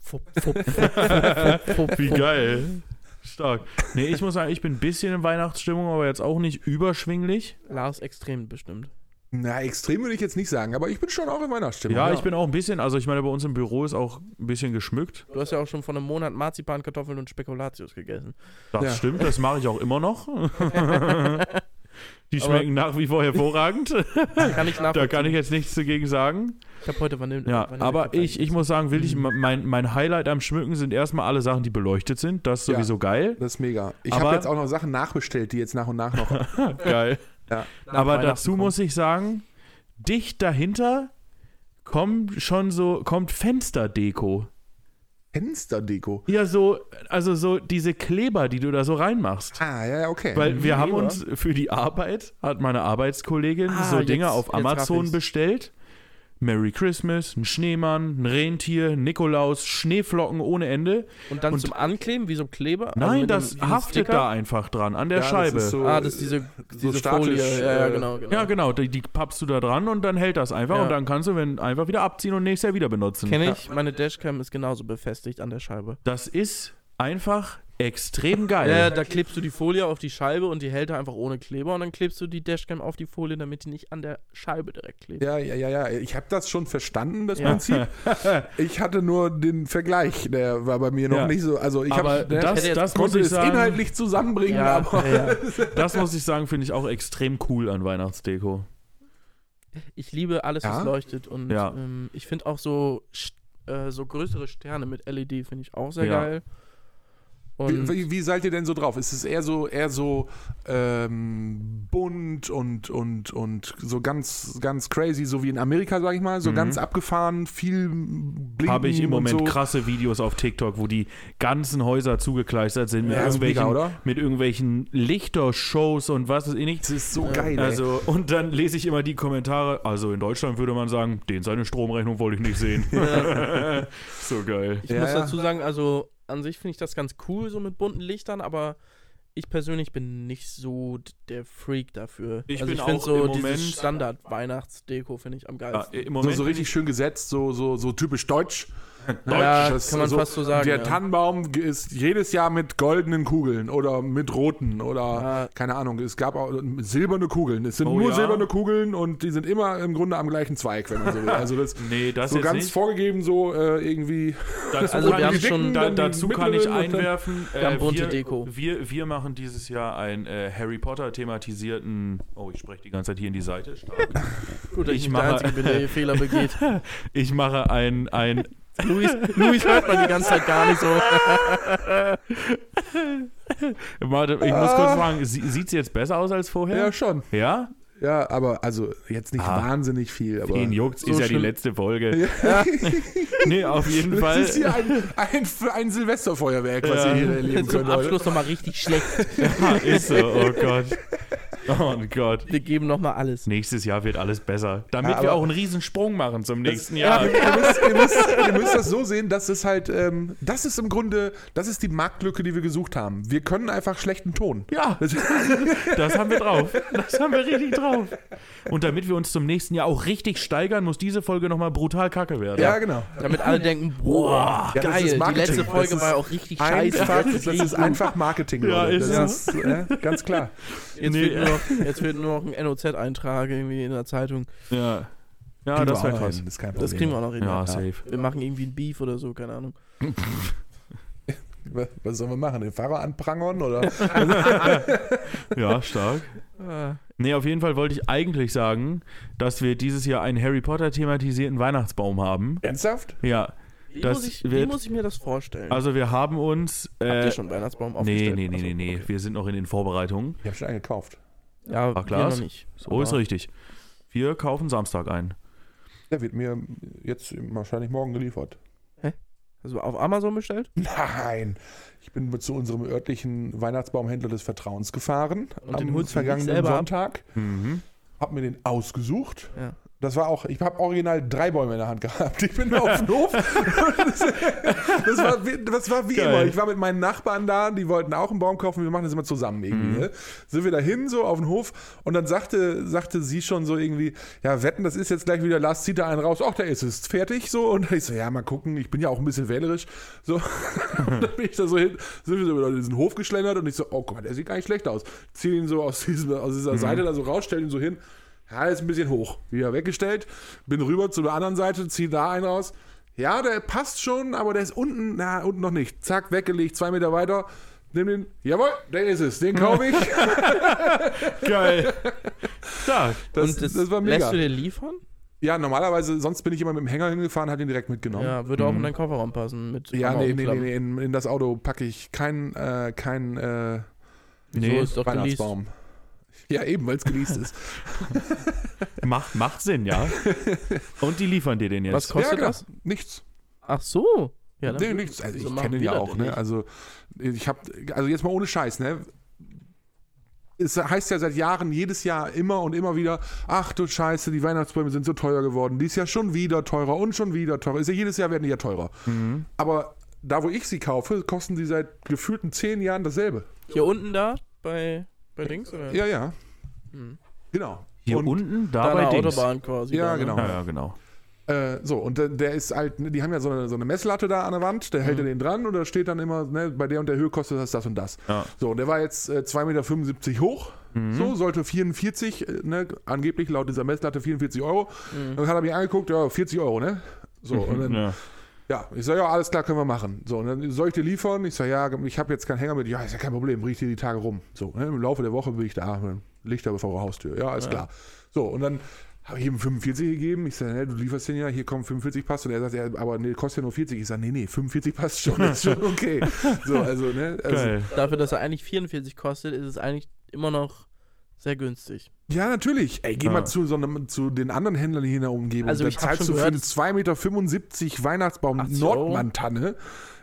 Fupp, fupp, fupp,
Wie geil. Stark. Nee, ich muss sagen, ich bin ein bisschen in Weihnachtsstimmung, aber jetzt auch nicht überschwinglich.
Lars extrem bestimmt.
Na, extrem würde ich jetzt nicht sagen, aber ich bin schon auch in meiner Stimmung.
Ja, ich bin auch ein bisschen, also ich meine, bei uns im Büro ist auch ein bisschen geschmückt.
Du hast ja auch schon vor einem Monat Marzipankartoffeln und Spekulatius gegessen.
Das
Ja.
stimmt, das mache ich auch immer noch. Die schmecken nach wie vor hervorragend.
Kann ich
Da
nachvollziehen.
kann ich jetzt nichts dagegen sagen.
Ich habe heute Vanille.
Ja,
Vanille
aber ich, ich muss sagen, wirklich, mein, mein Highlight am Schmücken sind erstmal alle Sachen, die beleuchtet sind. Das ist
Ja.
sowieso geil.
Das ist mega. Ich
Aber-
habe jetzt auch noch Sachen nachbestellt, die jetzt nach und nach noch.
Geil.
Ja.
Aber
Weihnachten
dazu
kommt.
muss ich sagen, dicht dahinter kommt schon so, kommt Fensterdeko.
Fensterdeko.
Ja, so, also so diese Kleber, die du da so reinmachst.
Ah, ja, ja, okay.
Weil wir haben
Kleber?
uns für die Arbeit, hat meine Arbeitskollegin
Ah,
so Dinge
jetzt-
auf
jetzt raff
Amazon
ich's.
bestellt. Merry Christmas, ein Schneemann, ein Rentier, Nikolaus, Schneeflocken ohne Ende.
Und dann
und-
zum Ankleben, wie so ein Kleber? Also
Nein,
mit
das
einem- wie ein
haftet
Sticker?
da einfach dran, an der
Ja, das
Scheibe.
ist so-
Ah, das ist diese, diese
statisch,
Folie. Ja, ja,
äh,
genau. genau.
Ja, genau, die, die pappst du da dran und dann hält das einfach
Ja.
und dann kannst du wenn einfach wieder abziehen und nächstes Jahr wieder benutzen.
Kenne ich. Meine Dashcam ist genauso befestigt an der Scheibe.
Das ist einfach extrem
Ja,
geil.
da klebst du die Folie auf die Scheibe und die hält er einfach ohne Kleber und dann klebst du die Dashcam auf die Folie, damit die nicht an der Scheibe direkt klebt.
Ja, ja, ja, ja. Ich habe das schon verstanden, das
Ja.
Prinzip. Ich hatte nur den Vergleich, der war bei mir noch
Ja.
nicht so. Also ich
aber
hab, ne,
das,
hätte jetzt-
das muss
konnte
ich
es
sagen,
inhaltlich zusammenbringen,
Ja,
aber
ja, ja.
das muss ich sagen, finde ich auch extrem cool an Weihnachtsdeko.
Ich liebe alles,
Ja?
was leuchtet und
Ja.
ähm, ich E finde auch so, st- äh, so größere Sterne mit LED finde ich auch sehr
Ja.
geil.
Wie,
Und
wie, wie seid ihr denn so drauf? Ist es eher so, eher so ähm, bunt und, und, und so ganz, ganz crazy, so wie in Amerika, sag ich mal, so
Mhm.
ganz abgefahren, viel blinken
Habe ich im
und
Moment
so.
krasse Videos auf TikTok, wo die ganzen Häuser zugekleistert sind mit,
Ja, ist mega,
irgendwelchen,
oder?
mit irgendwelchen Lichtershows und was ist eh nicht.
Das ist so geil. ey.
Also, und dann lese ich immer die Kommentare. Also in Deutschland würde man sagen, den seine Stromrechnung wollte ich nicht sehen. so geil.
ich
Ja,
muss
ja.
dazu sagen, also an sich finde ich das ganz cool, so mit bunten Lichtern, aber ich persönlich bin nicht so d- der Freak dafür.
Ich
also
bin
ich finde
auch
so
im Moment-
dieses Standard-Weihnachtsdeko finde ich am
Ja,
geilsten.
Im
so,
Moment
so richtig schön gesetzt, so, so, so typisch deutsch.
Ja,
das
kann man fast so sagen,
Der
ja.
Tannenbaum ge- ist jedes Jahr mit goldenen Kugeln oder mit roten oder
Ja.
keine Ahnung. Es gab auch silberne Kugeln. Es sind
Oh,
nur
ja.
silberne Kugeln und die sind immer im Grunde am gleichen Zweig, wenn man so will. Also das
Nee, das
so
jetzt
ganz
nicht.
vorgegeben, so äh, irgendwie.
Dazu,
Also
kann,
wir haben
ich,
schon-
da,
dann die
dazu kann ich
mittleren und dann-
einwerfen, äh,
Wir haben bunte
wir,
Deko.
Wir, wir machen dieses Jahr einen äh, Harry Potter thematisierten, oh, ich spreche die ganze Zeit hier in die Seite, stark.
Gut, dass ich
ich
nicht
mache-
der Einzige bin, der hier Fehler begeht.
Ich mache ein, ein
Luis, Luis hört man die ganze Zeit gar nicht so.
warte, ich muss kurz fragen, sie, sieht sie jetzt besser aus als vorher?
schon.
Ja?
Ah. Ja, aber also jetzt nicht
Ah.
wahnsinnig viel. Aber
Den juckt's,
So
ist ja
schlimm.
die letzte Folge. nee, auf jeden
das
Fall.
ist hier ein, ein, ein Silvesterfeuerwerk, was
Ja.
ihr hier erleben
Zum
könnt. Heute.
Abschluss nochmal richtig schlecht.
Ja, ist so, oh Gott. Oh Gott.
Wir geben nochmal alles.
Nächstes Jahr wird alles besser. Damit
Ja,
wir
aber-
auch einen riesen Sprung machen zum nächsten
Ja, genau. ihr,
Jahr.
ihr müsst, ihr, müsst, ihr müsst das so sehen, dass es halt, ähm, das ist im Grunde, das ist die Marktlücke, die wir gesucht haben. Wir können einfach schlechten Ton.
Ja, das haben wir drauf. Das haben wir richtig drauf. Und damit wir uns zum nächsten Jahr auch richtig steigern, muss diese Folge nochmal brutal kacke werden.
genau.
Damit alle denken, boah,
Ja, das
geil,
ist
die
Marketing.
letzte
Das
Folge
ist
war auch richtig scheiße.
Einfach,
Jetzt
das ist einfach Marketing,
Ja,
Leute.
ist
das ist äh, ganz klar.
Jetzt,
Nee.
wird nur noch, jetzt wird nur noch ein NOZ-Eintrag irgendwie in der Zeitung.
Ja, ja
Kriegen
das
wir
wäre
auch
krass.
hin, Das ist kein Problem.
Das kriegen wir auch noch hin.
Ja, safe.
Wir machen irgendwie ein Beef oder so, keine Ahnung.
Wa- Was sollen wir machen? Den Fahrer anprangern oder?
Ja, stark.
Äh,
Nee, auf jeden Fall wollte ich eigentlich sagen, dass wir dieses Jahr einen Harry Potter thematisierten Weihnachtsbaum haben.
Ernsthaft?
Ja,
wie,
Das
muss ich, wie
wird-
muss ich mir das vorstellen?
also wir haben uns.
Habt
Äh,
ihr schon einen Weihnachtsbaum
nee,
aufgestellt?
nee, nee, nee, nee. Wir sind noch in den Vorbereitungen.
Ich habe schon einen gekauft.
nee. Ja,
Ach,
wir
klar.
noch nicht.
So ist richtig. Wir kaufen Samstag ein.
Der wird mir jetzt wahrscheinlich morgen geliefert.
Also auf Amazon bestellt?
Nein. Ich bin zu unserem örtlichen Weihnachtsbaumhändler des Vertrauens gefahren
Und den
am
holst du nicht
vergangenen
selber ab?
Sonntag.
Mhm.
Hab mir den ausgesucht.
Ja.
Das war auch, ich habe original drei Bäume in der Hand gehabt. Ich bin auf den Hof. Das, das, war, wie- das war wie
Geil.
immer. Ich war mit meinen Nachbarn da, die wollten auch einen Baum kaufen. Wir machen das immer zusammen irgendwie. Ne? Sind wir dahin so auf den Hof und dann sagte, sagte sie schon so irgendwie, ja, wetten, das ist jetzt gleich wieder Lars, zieht da einen raus. Ach, der ist es fertig so. Und ich so, ja, mal gucken. Ich bin ja auch ein bisschen wählerisch. So, und dann bin ich da so hin, sind wir so über diesen Hof geschlendert und ich so, oh Gott, der sieht gar nicht schlecht aus. Zieh ihn so aus, diesem, aus dieser Seite da so raus, stell ihn so hin. Ja, der ist ein bisschen hoch. Wieder weggestellt. Bin rüber zu der anderen Seite, zieh da einen raus. Ja, der passt schon, aber der ist unten, na, unten noch nicht. Zack, weggelegt, zwei Meter weiter. Nimm den, jawohl, der ist es, den kaufe ich.
Geil. Stark.
Das,
Und
das, war mega.
Lässt du dir liefern?
Ja, normalerweise, sonst bin ich immer mit dem Hänger hingefahren, hat ihn direkt mitgenommen.
Ja, würde auch in deinen Kofferraum passen. Mit
Mhm. Ja,
Hammer
nee, nee,
und
nee,
Klappen.
nee, in, in das Auto packe ich kein, äh, kein äh,
Wieso ist doch geleast.
Weihnachtsbaum. Ja, eben, weil es geleast ist.
Macht, macht Sinn, ja. Und die liefern dir den jetzt.
Was kostet
ja, klar.
das?
Nichts.
Ach so. Ja, dann-
nee, nichts. Also
wieso
ich
machen
kenne den
wir
ja
das
auch,
denn
ne?
nicht?
Also ich habe, also jetzt mal ohne Scheiß, ne? Es heißt ja seit Jahren, jedes Jahr immer und immer wieder, ach du Scheiße, die Weihnachtsbäume sind so teuer geworden, dies Jahr schon wieder teurer und schon wieder teurer. Ist ja jedes Jahr werden die ja teurer.
Mhm.
Aber da, wo ich sie kaufe, kosten die seit gefühlten zehn Jahren dasselbe.
Hier unten da bei, bei links? Oder?
Ja, ja.
Hm.
Genau.
Hier
und,
unten, da
Da
bei
an der
Dings.
Autobahn quasi.
Ja,
da, ne?
genau.
Ja, ja, genau.
Äh, so, und der, der ist halt, ne, die haben ja so eine, so eine Messlatte da an der Wand, der
Mhm.
hält er den dran und da steht dann immer, ne, bei der und der Höhe kostet das das und das.
Ja.
So, und der war jetzt äh, 2,75 Meter hoch, so, sollte 44, äh, ne, angeblich laut dieser Messlatte 44 Euro. Dann hat er mich angeguckt, ja, 40 Euro, ne? So, und dann,
Ja.
ja, ich sage, ja, alles klar, können wir machen. So, und dann soll ich dir liefern? Ich sage, ja, ich habe jetzt keinen Hänger mit. Ja, ist ja kein Problem, bring ich dir die Tage rum. So, ne, im Laufe der Woche bin ich da, dann Lichter vor der Haustür. Ja, alles klar. So, und dann Habe ich ihm 45 gegeben? Ich sage, ne, du lieferst den ja, hier kommen 45 passt. Und er sagt, ja, aber nee, kostet ja nur 40. Ich sage, nee, nee, 45 passt schon, ist schon okay. So, also, ne, also,
Geil.
Dafür, dass er eigentlich 44 kostet, ist es eigentlich immer noch sehr günstig.
ja, natürlich. Ey, geh
Ja.
mal zu, so einem, zu den anderen Händlern hier in der Umgebung.
Also,
da
ich hab
zahlst
schon
du für eine
gehört-
2,75 Meter Weihnachtsbaum
80 Euro.
Nordmann-Tanne,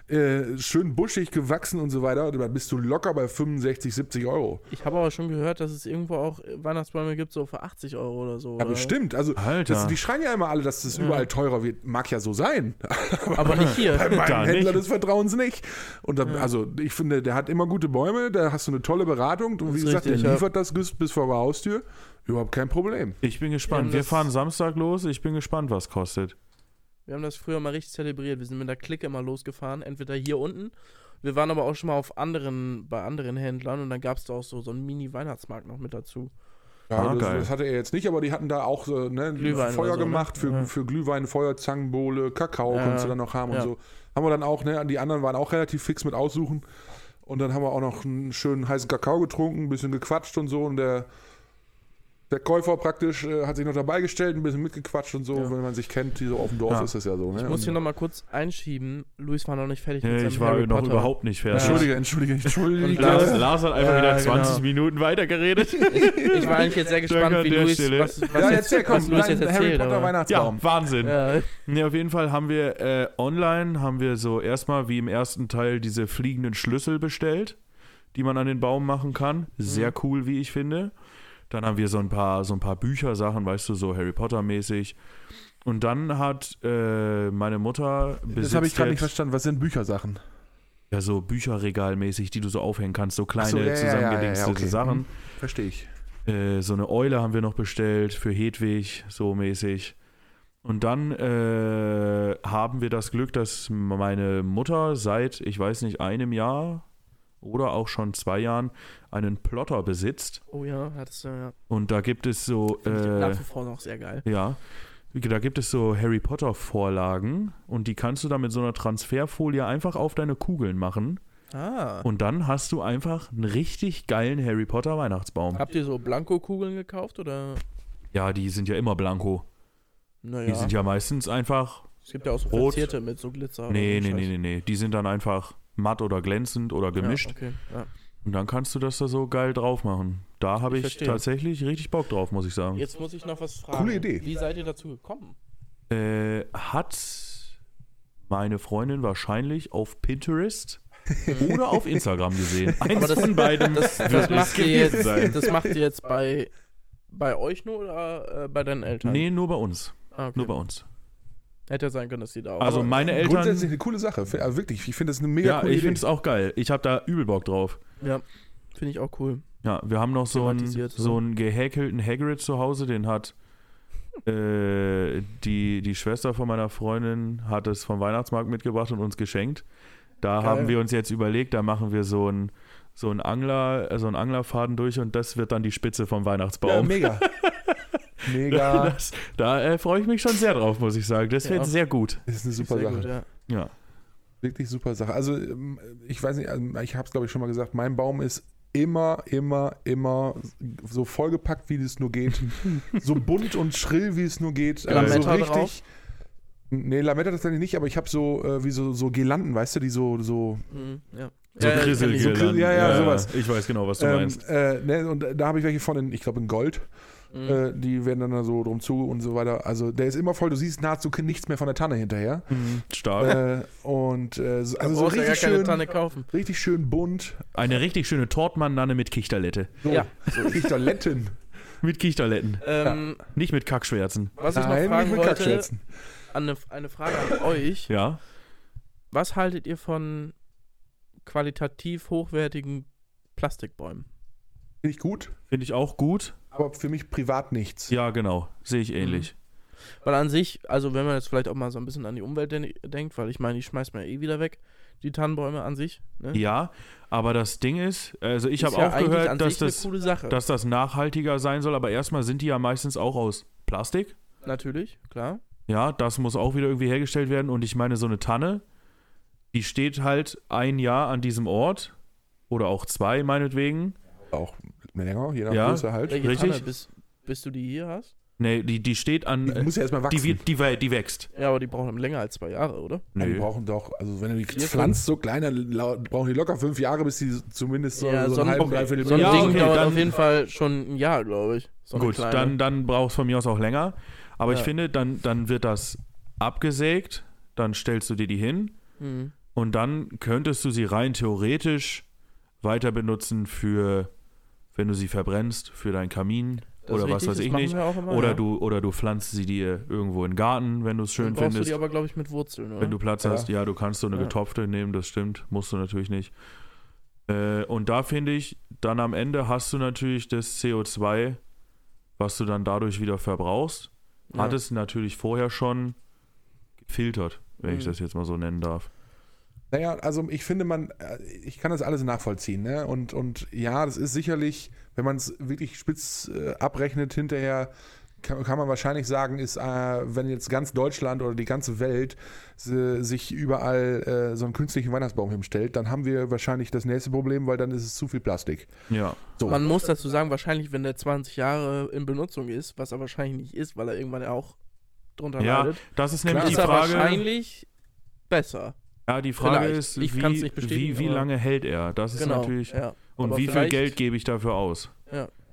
äh, schön buschig gewachsen und so weiter, da bist du locker bei 65, 70 Euro.
Ich habe aber schon gehört, dass es irgendwo auch Weihnachtsbäume gibt, so für 80 Euro oder so.
Ja,
oder?
bestimmt. Also,
Alter.
das, die schreien ja immer alle, dass es überall teurer wird. Mag ja so sein.
Aber nicht
Bei
hier.
meinem
Da
Händler
nicht.
des Vertrauens nicht. Und da, also ich finde, der hat immer gute Bäume, da hast du eine tolle Beratung. Und wie
ist
gesagt,
richtig,
der
ja.
liefert das bis, bis vor der Haustür. Überhaupt kein Problem.
Ich bin gespannt.
Ja,
Wir
das-
fahren Samstag los. Ich bin gespannt, was kostet.
Wir haben das früher mal richtig zelebriert. Wir sind mit der Clique immer losgefahren, entweder hier unten. Wir waren aber auch schon mal auf anderen, bei anderen Händlern und dann gab es da auch so, so einen Mini-Weihnachtsmarkt noch mit dazu.
Ja,
Ah,
das,
geil.
das hatte er jetzt nicht, aber die hatten da auch so, ne,
Glühwein oder
Feuer
so, ne?
gemacht für,
Ja.
für Glühwein, Feuer, Zangenbowle, Kakao
Ja,
konntest du dann noch haben
ja.
und so. Haben wir dann auch, ne, die anderen waren auch relativ fix mit aussuchen. Und dann haben wir auch noch einen schönen heißen Kakao getrunken, ein bisschen gequatscht und so. Und der, der Käufer praktisch äh, hat sich noch dabei gestellt, ein bisschen mitgequatscht und so.
Ja.
Wenn man sich kennt, die so auf dem Dorf
Ja.
ist das ja so. Ne?
Ich
Und-
muss hier nochmal kurz einschieben. Luis war noch nicht fertig
Nee, ich war noch überhaupt nicht fertig.
Entschuldige, entschuldige, entschuldige.
Und Lars-
Lars hat einfach
Ja,
wieder
genau.
20 Minuten weitergeredet.
Ich war eigentlich jetzt sehr gespannt,
Danke
wie
an der
Luis,
Stelle.
was, was,
ja,
jetzt,
erzähl, komm,
was Luis jetzt
dein Harry
erzählt.
Potter
aber-
Weihnachtsbaum.
Ja, Wahnsinn.
Ja,
Ne, auf jeden Fall haben wir äh, online, haben wir so erstmal wie im ersten Teil diese fliegenden Schlüssel bestellt, die man an den Baum machen kann. Sehr
Mhm.
cool, wie ich finde. Dann haben wir so ein paar, so ein paar Büchersachen, weißt du, so Harry Potter-mäßig. Und dann hat äh, meine Mutter
Das habe ich gerade nicht
jetzt-
verstanden. Was sind Büchersachen?
ja, so Bücherregalmäßig, die du so aufhänggen kannst, so kleine
Ach so, ja, ja, ja, ja, ja,
zusammengedingste
okay. Mhm.
Sachen.
Verstehe ich.
Äh, so eine Eule haben wir noch bestellt für Hedwig, so mäßig. Und dann äh, haben wir das Glück, dass meine Mutter seit, ich weiß nicht, einem Jahr oder auch schon zwei Jahren einen Plotter besitzt.
oh ja, hattest du ja.
Und da gibt es so.
Finde ich
Äh,
nach wie vor noch sehr geil.
ja. Da gibt es so Harry Potter Vorlagen und die kannst du dann mit so einer Transferfolie einfach auf deine Kugeln machen.
Ah.
Und dann hast du einfach einen richtig geilen Harry Potter Weihnachtsbaum.
Habt ihr so Blankokugeln gekauft oder?
Ja, die sind ja immer blanko.
Naja.
Die sind ja meistens einfach.
es gibt ja auch so
rot.
verzierte mit so Glitzer.
Nee,
oder
nee,
so
nee, nee, nee. Die sind dann einfach matt oder glänzend oder
Scheiß.
gemischt.
Ja, okay. ja.
Und dann kannst du das da so geil drauf machen. Da habe
Ich
ich,
verstehe.
tatsächlich richtig Bock drauf, muss ich sagen.
Jetzt muss ich noch was fragen.
Coole Idee.
Wie seid ihr dazu gekommen?
Äh, hat meine Freundin wahrscheinlich auf Pinterest oder auf Instagram gesehen. Eins
Mhm. das-
von beidem
Das,
wird
das,
es
macht, ihr
gewesen
jetzt,
sein.
das macht ihr jetzt bei, bei euch nur oder äh, bei deinen Eltern?
Nee, nur bei uns.
Ah, okay.
Nur bei uns.
Hätte ja sein können, dass die da auch.
Also
Aber
meine Eltern.
Grundsätzlich eine coole Sache. Also wirklich, ich finde das eine mega
Ja,
coole
ich
Idee.
finde es auch geil. Ich habe da übel Bock drauf.
finde ich auch cool.
Ja, wir haben noch so einen,
Thematisiert, so.
so einen gehäkelten Hagrid zu Hause, den hat äh, die, die Schwester von meiner Freundin hat es vom Weihnachtsmarkt mitgebracht und uns geschenkt. Da
Geil.
haben wir uns jetzt überlegt, da machen wir so einen so einen Angler, äh, so einen Anglerfaden durch und das wird dann die Spitze vom
ja,
Weihnachtsbaum.
mega. mega.
das, da äh, freue ich mich schon sehr drauf, muss ich sagen. Das wird
Ja.
sehr gut.
Das ist eine super
Sehr
Sache. Also
gut, ja.
Ja.
Wirklich super Sache. Also, ähm, ich weiß nicht, also ich habe es glaube ich schon mal gesagt, mein Baum ist immer, immer, immer so vollgepackt, wie es nur geht. so bunt und schrill, wie es nur geht.
Geil.
Also so
Lametta
richtig.
drauf?
Nee, Lametta tatsächlich nicht, aber ich habe so, äh, wie so, so Gelanden, weißt du, die so, so
Mhm, ja.
So
ja, ja,
Grissel-
kenn ich.
Grill- ja, ja, sowas.
Ich weiß genau, was du
Ähm,
meinst.
äh, ne, und da habe ich welche von, in, ich glaube, in Gold.
Mhm.
Äh, die werden dann da so drum zu und so weiter. Also der ist immer voll, du siehst nahezu nichts mehr von der Tanne hinterher.
Mhm. Stark.
äh, und äh, so, also
Also
so
brauchst ja gar
richtig
keine
schön,
Tanne kaufen.
richtig schön bunt.
Eine richtig schöne Tortmannanne mit Kichterlette.
So,
Ja.
so Lichterletten.
Mit Kichterletten.
Ähm,
Nicht mit Kackschwärzen.
Was ich noch fragen
mit
wollte,
Kackschwätzen.
an eine, eine Frage an euch.
Ja.
Was haltet ihr von qualitativ hochwertigen Plastikbäumen?
Finde ich gut,
Finde ich auch gut.
aber für mich privat nichts.
Ja, genau. Sehe ich ähnlich.
Weil an sich, also wenn man jetzt vielleicht auch mal so ein bisschen an die Umwelt den, denkt, weil ich meine, die schmeißt man ja eh wieder weg, die Tannenbäume an sich. Ne?
Ja, aber das Ding ist, also ich
Ist
habe
ja
auch
eigentlich
gehört, dass
eine
das,
coole Sache.
dass das nachhaltiger sein soll, aber erstmal sind die ja meistens auch aus Plastik.
Natürlich, klar.
Ja, das muss auch wieder irgendwie hergestellt werden. Und ich meine, so eine Tanne, die steht halt ein Jahr an diesem Ort oder auch zwei meinetwegen.
Auch länger, je nach
Ja.
Größe halt.
Welche
Richtig.
Tanne, bis, bis du die hier hast?
Nee, die, die steht an.
Die
äh,
muss ja erstmal
Die,
wachsen.
wird, die, wei- die wächst.
Ja, aber die brauchen länger als zwei Jahre, oder?
Ja, die
Nö.
brauchen doch, also wenn du die
Vier,
pflanzt so klein, dann lau- brauchen die locker fünf Jahre, bis die zumindest so,
Ja,
so,
so
einen
ein-
halben, dreiviertel
So ein
Ja,
Ding
okay,
dauert
dann-
auf jeden Fall schon ein Jahr, glaube ich. So eine
Gut,
kleine.
dann, dann braucht es von mir aus auch länger. Aber ich
Ja.
finde, dann, dann wird das abgesägt, dann stellst du dir die hin
Hm.
und dann könntest du sie rein theoretisch weiter benutzen für, wenn du sie verbrennst, für deinen Kamin
Das ist
oder was
richtig,
weiß
das
ich
machen
nicht.
wir auch immer,
Oder,
ja.
du, oder du pflanzt sie dir irgendwo in den Garten, wenn du es schön
Dann brauchst du
findest.
die aber, glaube ich, mit Wurzeln, oder?
Wenn du Platz
Ja.
hast, ja, du kannst so eine
Ja.
getopfte nehmen, das stimmt, musst du natürlich nicht. Äh, und da finde ich, dann am Ende hast du natürlich das CO2, was du dann dadurch wieder verbrauchst,
ja.
hattest natürlich vorher schon gefiltert, wenn ich
Mhm.
das jetzt mal so nennen darf.
Naja, also ich finde man, äh, ich kann das alles nachvollziehen, ne? Und, und ja, das ist sicherlich, wenn man es wirklich spitz äh, abrechnet hinterher, kann, kann man wahrscheinlich sagen, ist, äh, wenn jetzt ganz Deutschland oder die ganze Welt äh, sich überall äh, so einen künstlichen Weihnachtsbaum hinstellt, dann haben wir wahrscheinlich das nächste Problem, weil dann ist es zu viel Plastik.
Ja,
So.
Man muss dazu sagen, wahrscheinlich, wenn der 20 Jahre in Benutzung ist, was er wahrscheinlich nicht ist, weil er irgendwann ja auch drunter
ja
leidet,
das ist
Klar.
nämlich
ist
die
er
Frage.
wahrscheinlich besser.
Ja, die Frage
Vielleicht.
ist,
Ich
wie,
kann's nicht bestätigen,
wie, wie
aber-
lange hält er? Das ist
genau.
natürlich.
ja.
Und
aber
wie viel
vielleicht-
Geld gebe ich dafür aus?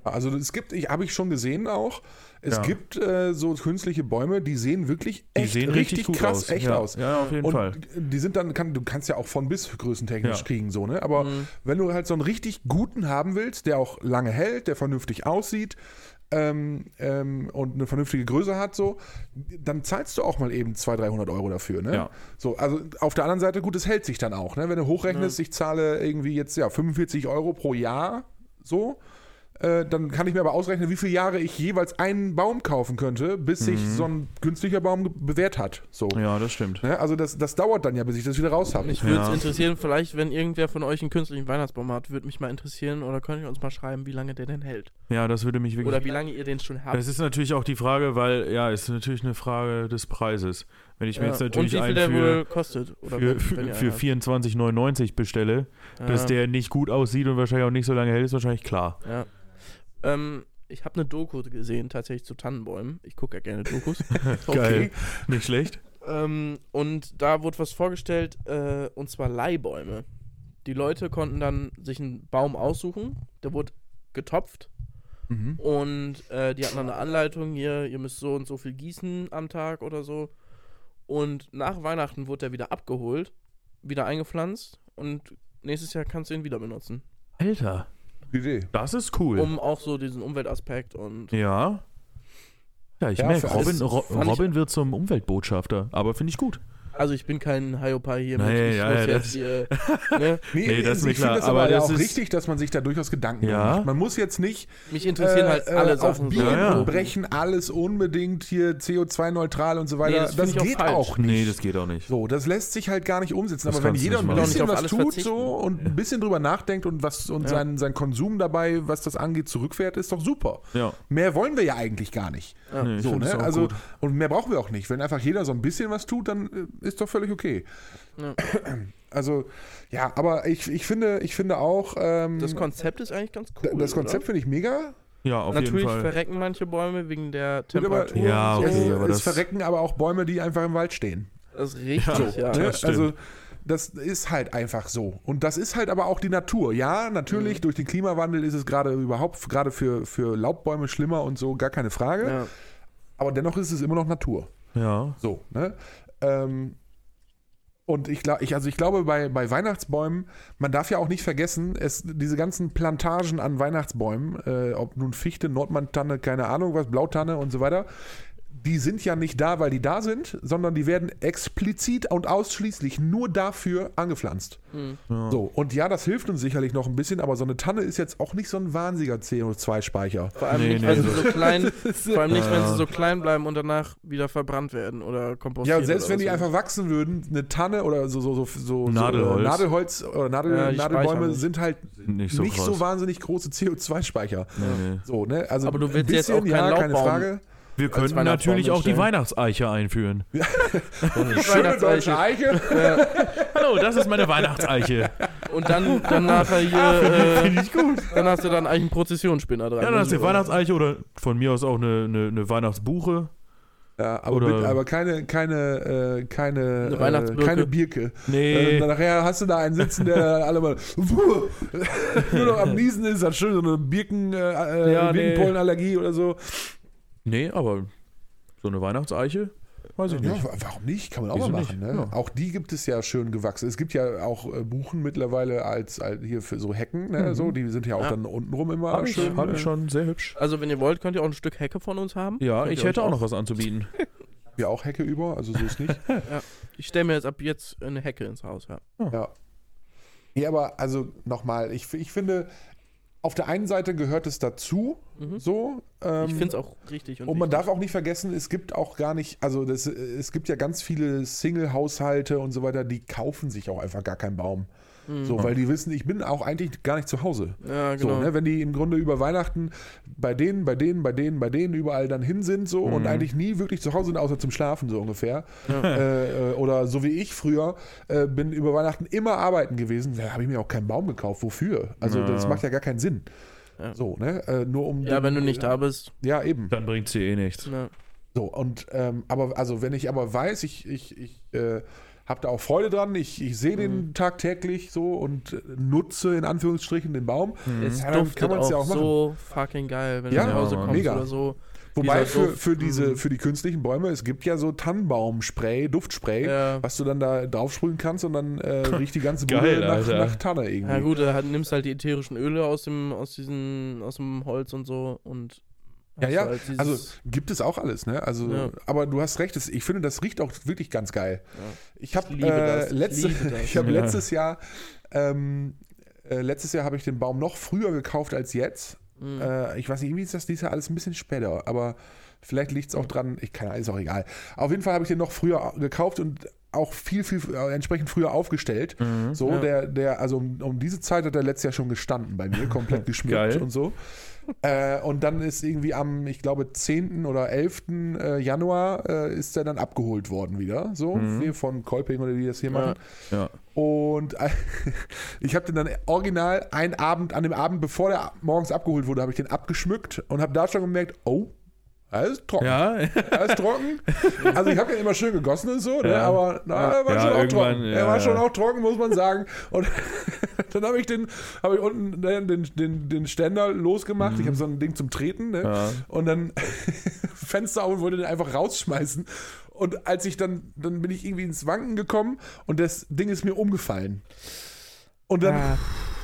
Also es gibt, ich habe ich schon gesehen auch, es
Ja.
gibt äh, so künstliche Bäume, die sehen wirklich
Die
echt
sehen richtig, gut
krass
aus.
echt
ja.
aus.
Ja, auf jeden
Und
Fall.
die sind dann, kann, du kannst ja auch von bis größentechnisch
Ja.
kriegen, so, ne? Aber
Mhm.
wenn du halt so einen richtig guten haben willst, der auch lange hält, der vernünftig aussieht ähm, ähm, und eine vernünftige Größe hat, so, dann zahlst du auch mal eben 200, 300 Euro dafür, ne?
Ja.
So, also auf der anderen Seite, gut, es hält sich dann auch, ne? Wenn du hochrechnest, ich zahle irgendwie jetzt ja 45 Euro pro Jahr, so. äh, Dann kann ich mir aber ausrechnen, wie viele Jahre ich jeweils einen Baum kaufen könnte, bis sich
Mhm.
so ein günstiger Baum ge- bewährt hat. So.
Ja, das stimmt.
Ne? Also das, das dauert dann ja, bis ich das wieder raus habe.
Mich würde es
Ja.
interessieren, vielleicht, wenn irgendwer von euch einen künstlichen Weihnachtsbaum hat, würde mich mal interessieren oder könnt ihr uns mal schreiben, wie lange der denn hält.
Ja, das würde mich wirklich
Oder wie lange ihr den schon habt.
Das ist natürlich auch die Frage, weil, ja, ist natürlich eine Frage des Preises. Wenn ich mir jetzt natürlich
Und wie viel
einen
der
für,
wohl kostet. Oder
für,
wenn- wenn
für,
ihr
für
einen habt.
24,99 bestelle, dass
Ja.
der nicht gut aussieht und wahrscheinlich auch nicht so lange hält, ist wahrscheinlich klar.
Ja. Ähm, ich habe eine Doku gesehen, tatsächlich zu Tannenbäumen. Ich gucke ja gerne Dokus.
Geil. Nicht schlecht.
Ähm, und da wurde was vorgestellt, äh, und zwar Leihbäume. Die Leute konnten dann sich einen Baum aussuchen, der wurde getopft und äh, die hatten dann eine Anleitung hier, ihr müsst so und so viel gießen am Tag oder so. Und nach Weihnachten wurde der wieder abgeholt, wieder eingepflanzt und nächstes Jahr kannst du ihn wieder benutzen.
Alter,
Idee.
das ist cool.
Um auch so diesen Umweltaspekt und
ja. Ja, ich
Ja,
merke,
für alles
Robin, Ro
fand ich-
Robin wird zum Umweltbotschafter, aber finde ich gut.
also ich bin kein Hiopai hier
Nee,
ich
ja,
muss
ja,
jetzt hier, ne?
Nee, das ist mir
ich finde
klar,
das aber,
aber
ja
das
auch
ist-
richtig, dass man sich da durchaus Gedanken
Ja.
macht. Man muss jetzt nicht
Mich interessieren halt
äh,
alle
äh, auf
Sachen. so.
Biegen
Ja, ja.
und Brechen, alles unbedingt hier CO2-neutral und so
Nee,
weiter.
das
das
finde ich auch
geht
falsch.
auch nicht.
Nee, das geht auch nicht.
So, das lässt sich halt gar nicht umsetzen.
Das
aber wenn
kannst du
jeder
nicht
ein
machen.
bisschen
Kann auch
was
nicht auf
tut
alles
so und ein bisschen drüber nachdenkt und was und
Ja.
sein, sein Konsum dabei, was das angeht, zurückfährt, ist doch super.
Ja.
Mehr wollen wir ja eigentlich gar nicht.
Ja.
Nee, ich
So,
finde es
ne?
auch
Also,
gut.
und mehr brauchen wir auch nicht. Wenn einfach jeder so ein bisschen was tut, dann äh, ist doch völlig okay.
Ja.
Also, ja, aber ich, ich finde, ich finde auch, ähm,
Das
das,
Konzept ist eigentlich ganz cool.
Konzept finde ich mega.
Ja, auf
oder? Natürlich
jeden Fall.
verrecken manche Bäume wegen der
Gut, aber-
Temperatur.
Ja,
und so.
okay,
es,
aber
es
das-
verrecken aber auch Bäume, die einfach im Wald stehen.
Das ist richtig, ja.
Ne?
das stimmt.
also das ist halt einfach so. Und das ist halt aber auch die Natur. Ja, natürlich,
Mhm.
durch den Klimawandel ist es gerade überhaupt, gerade für, für Laubbäume schlimmer und so, gar keine Frage.
Ja.
Aber dennoch ist es immer noch Natur.
Ja.
So, ne? Ähm, und ich glaube, ich, also ich glaube, bei, bei Weihnachtsbäumen, man darf ja auch nicht vergessen, es, diese ganzen Plantagen an Weihnachtsbäumen, äh, ob nun Fichte, Nordmantanne, keine Ahnung was, Blautanne und so weiter, die sind ja nicht da, weil die da sind, sondern die werden explizit und ausschließlich nur dafür angepflanzt.
ja.
So, und ja, das hilft uns sicherlich noch ein bisschen, aber so eine Tanne ist jetzt auch nicht so ein wahnsinniger CO2-Speicher.
Vor allem
Nee,
nicht,
nee,
wenn
so-
sie so klein, vor allem nicht, wenn sie so klein bleiben und danach wieder verbrannt werden oder
Ja,
kompostiert.
und selbst
oder
wenn die
so.
einfach wachsen würden, eine Tanne oder so, so, so, so
Nadelholz.
So, äh, Nadelholz oder Nadel,
Ja, die speichern
Nadelbäume
nicht.
sind halt
Nicht
nicht
so
so,
krass.
wahnsinnig große CO2-Speicher.
Nee, nee.
So, ne? Also
Aber du
ein
willst jetzt auch keinen
ja, keine
Laubbaum.
Frage.
Wir könnten
Weihnachtsbaum
natürlich auch die
hinstellen.
Weihnachtseiche einführen.
Die
Schöne
Weihnachtseiche.
deutsche Eiche.
Hallo, das ist meine Weihnachtseiche.
Und und dann, dann nachher hier, äh,
Finde ich gut.
dann hast du dann eigentlich einen Prozessionsspinner dran.
Ja, dann hast du eine
Also,
Weihnachtseiche oder von mir aus auch eine, eine, eine Weihnachtsbuche.
Ja, aber,
Oder-
bitte, aber keine, keine, äh, keine,
Eine
äh,
Weihnachtsbirke.
keine Birke.
Nee.
Äh, nachher hast du da einen sitzen, der alle mal nur noch am Niesen ist, hat schön so eine Birken, äh,
Ja,
äh,
nee.
Birkenpollenallergie oder so.
Nee, aber so eine Weihnachtseiche, weiß ich
Ja,
nicht.
wa- warum nicht? Kann man auch
Wieso
mal machen.
nicht?
Ne?
Ja.
Auch die gibt es ja schön gewachsen. Es gibt ja auch äh, Buchen mittlerweile als, als hier für so Hecken, ne? so, die sind ja auch
Ja.
dann untenrum immer
Hab ich,
schön.
hab
äh,
ich schon, sehr hübsch.
Also, wenn ihr wollt, könnt ihr auch ein Stück Hecke von uns haben.
Ja,
Könnt
ich
ihr
hätte
euch
auch noch was anzubieten.
Ja, auch Hecke über, also so ist nicht.
Ich stelle mir jetzt ab jetzt eine Hecke ins Haus, ja.
Ja, aber also nochmal, ich, ich finde, auf der einen Seite gehört es dazu,
Mhm.
so. Ähm,
ich finde es auch richtig.
Und man
wichtig.
darf auch nicht vergessen, es gibt auch gar nicht, also das, äh, es gibt ja ganz viele Single-Haushalte und so weiter, die kaufen sich auch einfach gar keinen Baum. So, weil die wissen, ich bin auch eigentlich gar nicht zu Hause.
Ja, genau.
So, ne, wenn die im Grunde über Weihnachten bei denen, bei denen, bei denen, bei denen überall dann hin sind so
Mhm.
und eigentlich nie wirklich zu Hause sind, außer zum Schlafen so ungefähr. Äh, äh, oder so wie ich früher, äh, bin über Weihnachten immer arbeiten gewesen, da habe ich mir auch keinen Baum gekauft. Wofür? Also das macht ja gar keinen Sinn.
Ja.
So, ne? Äh, nur um.
Ja, wenn du nicht da bist.
Ja, eben.
Dann bringt's dir eh nichts.
Ne.
So, und ähm, aber also wenn ich aber weiß, ich, ich, ich äh, habe da auch Freude dran, ich, ich sehe
Mhm.
den tagtäglich so und äh, nutze in Anführungsstrichen den Baum.
Mhm. Es
Ja, dann
duftet
kann man's
auch,
ja auch machen.
so fucking geil, wenn
Ja,
du nach Hause
Mann.
kommst
Mega.
oder so.
Wobei
Dieser
für,
Duft,
für, diese,
mhm.
für die künstlichen Bäume, es gibt ja so Tannenbaumspray, Duftspray,
Ja.
was du dann da draufsprühen kannst und dann äh, riecht die ganze
Geil,
Bude nach,
Alter.
nach Tanne irgendwie.
Ja gut, da hat- nimmst halt die ätherischen Öle aus dem, aus diesen, aus dem Holz und so und
Ja,
hast
ja,
halt dieses-
Also gibt es auch alles, ne? Also,
Ja.
aber du hast recht, es- ich finde, das riecht auch wirklich ganz geil. Ich habe
Ich liebe das,
äh,
ich
letzte,
liebe das.
ich hab
Ja.
letztes Jahr, ähm, äh, letztes Jahr habe ich den Baum noch früher gekauft als jetzt.
Mhm.
Äh, ich weiß nicht, irgendwie ist das dieses Jahr alles ein bisschen später, aber vielleicht liegt es auch dran, ich kann, ist auch egal. Auf jeden Fall habe ich den noch früher gekauft und auch viel, viel äh, entsprechend früher aufgestellt. So,
Ja.
der, der, also um, um diese Zeit hat er letztes Jahr schon gestanden bei mir, komplett geschmückt
Geil.
und so. Äh, und dann ist irgendwie am, ich glaube, 10. oder 11. äh, Januar äh, ist er dann abgeholt worden wieder. So, hier von Kolping oder die das hier machen.
Ja.
Und äh, ich habe den dann original einen Abend, an dem Abend, bevor der morgens abgeholt wurde, habe ich den abgeschmückt und habe da schon gemerkt, oh, er ist trocken.
Ja,
Er ist trocken. Also ich habe den immer schön gegossen und so, ne?
Ja.
aber na, er war
Ja,
schon auch
irgendwann,
trocken.
ja,
er war
ja.
schon auch trocken, muss man sagen. Und dann habe ich den, habe ich unten den, den, den, den Ständer losgemacht. Ich habe so ein Ding zum Treten, ne?
Mhm. Ja.
Und dann Fenster auf und wollte den einfach rausschmeißen. Und als ich dann, dann bin ich irgendwie ins Wanken gekommen und das Ding ist mir umgefallen. Und
Ah.
dann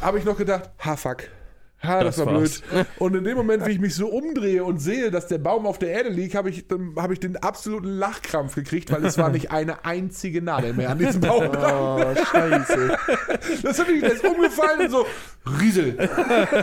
habe ich noch gedacht, ha fuck. Ha, das,
Das
war
war's.
blöd. Und in dem Moment, wie ich mich so umdrehe und sehe, dass der Baum auf der Erde liegt, habe ich, dann hab ich den absoluten Lachkrampf gekriegt, weil es war nicht eine einzige Nadel mehr an diesem Baum.
Oh, scheiße.
Das hat mich jetzt umgefallen und so, Riesel.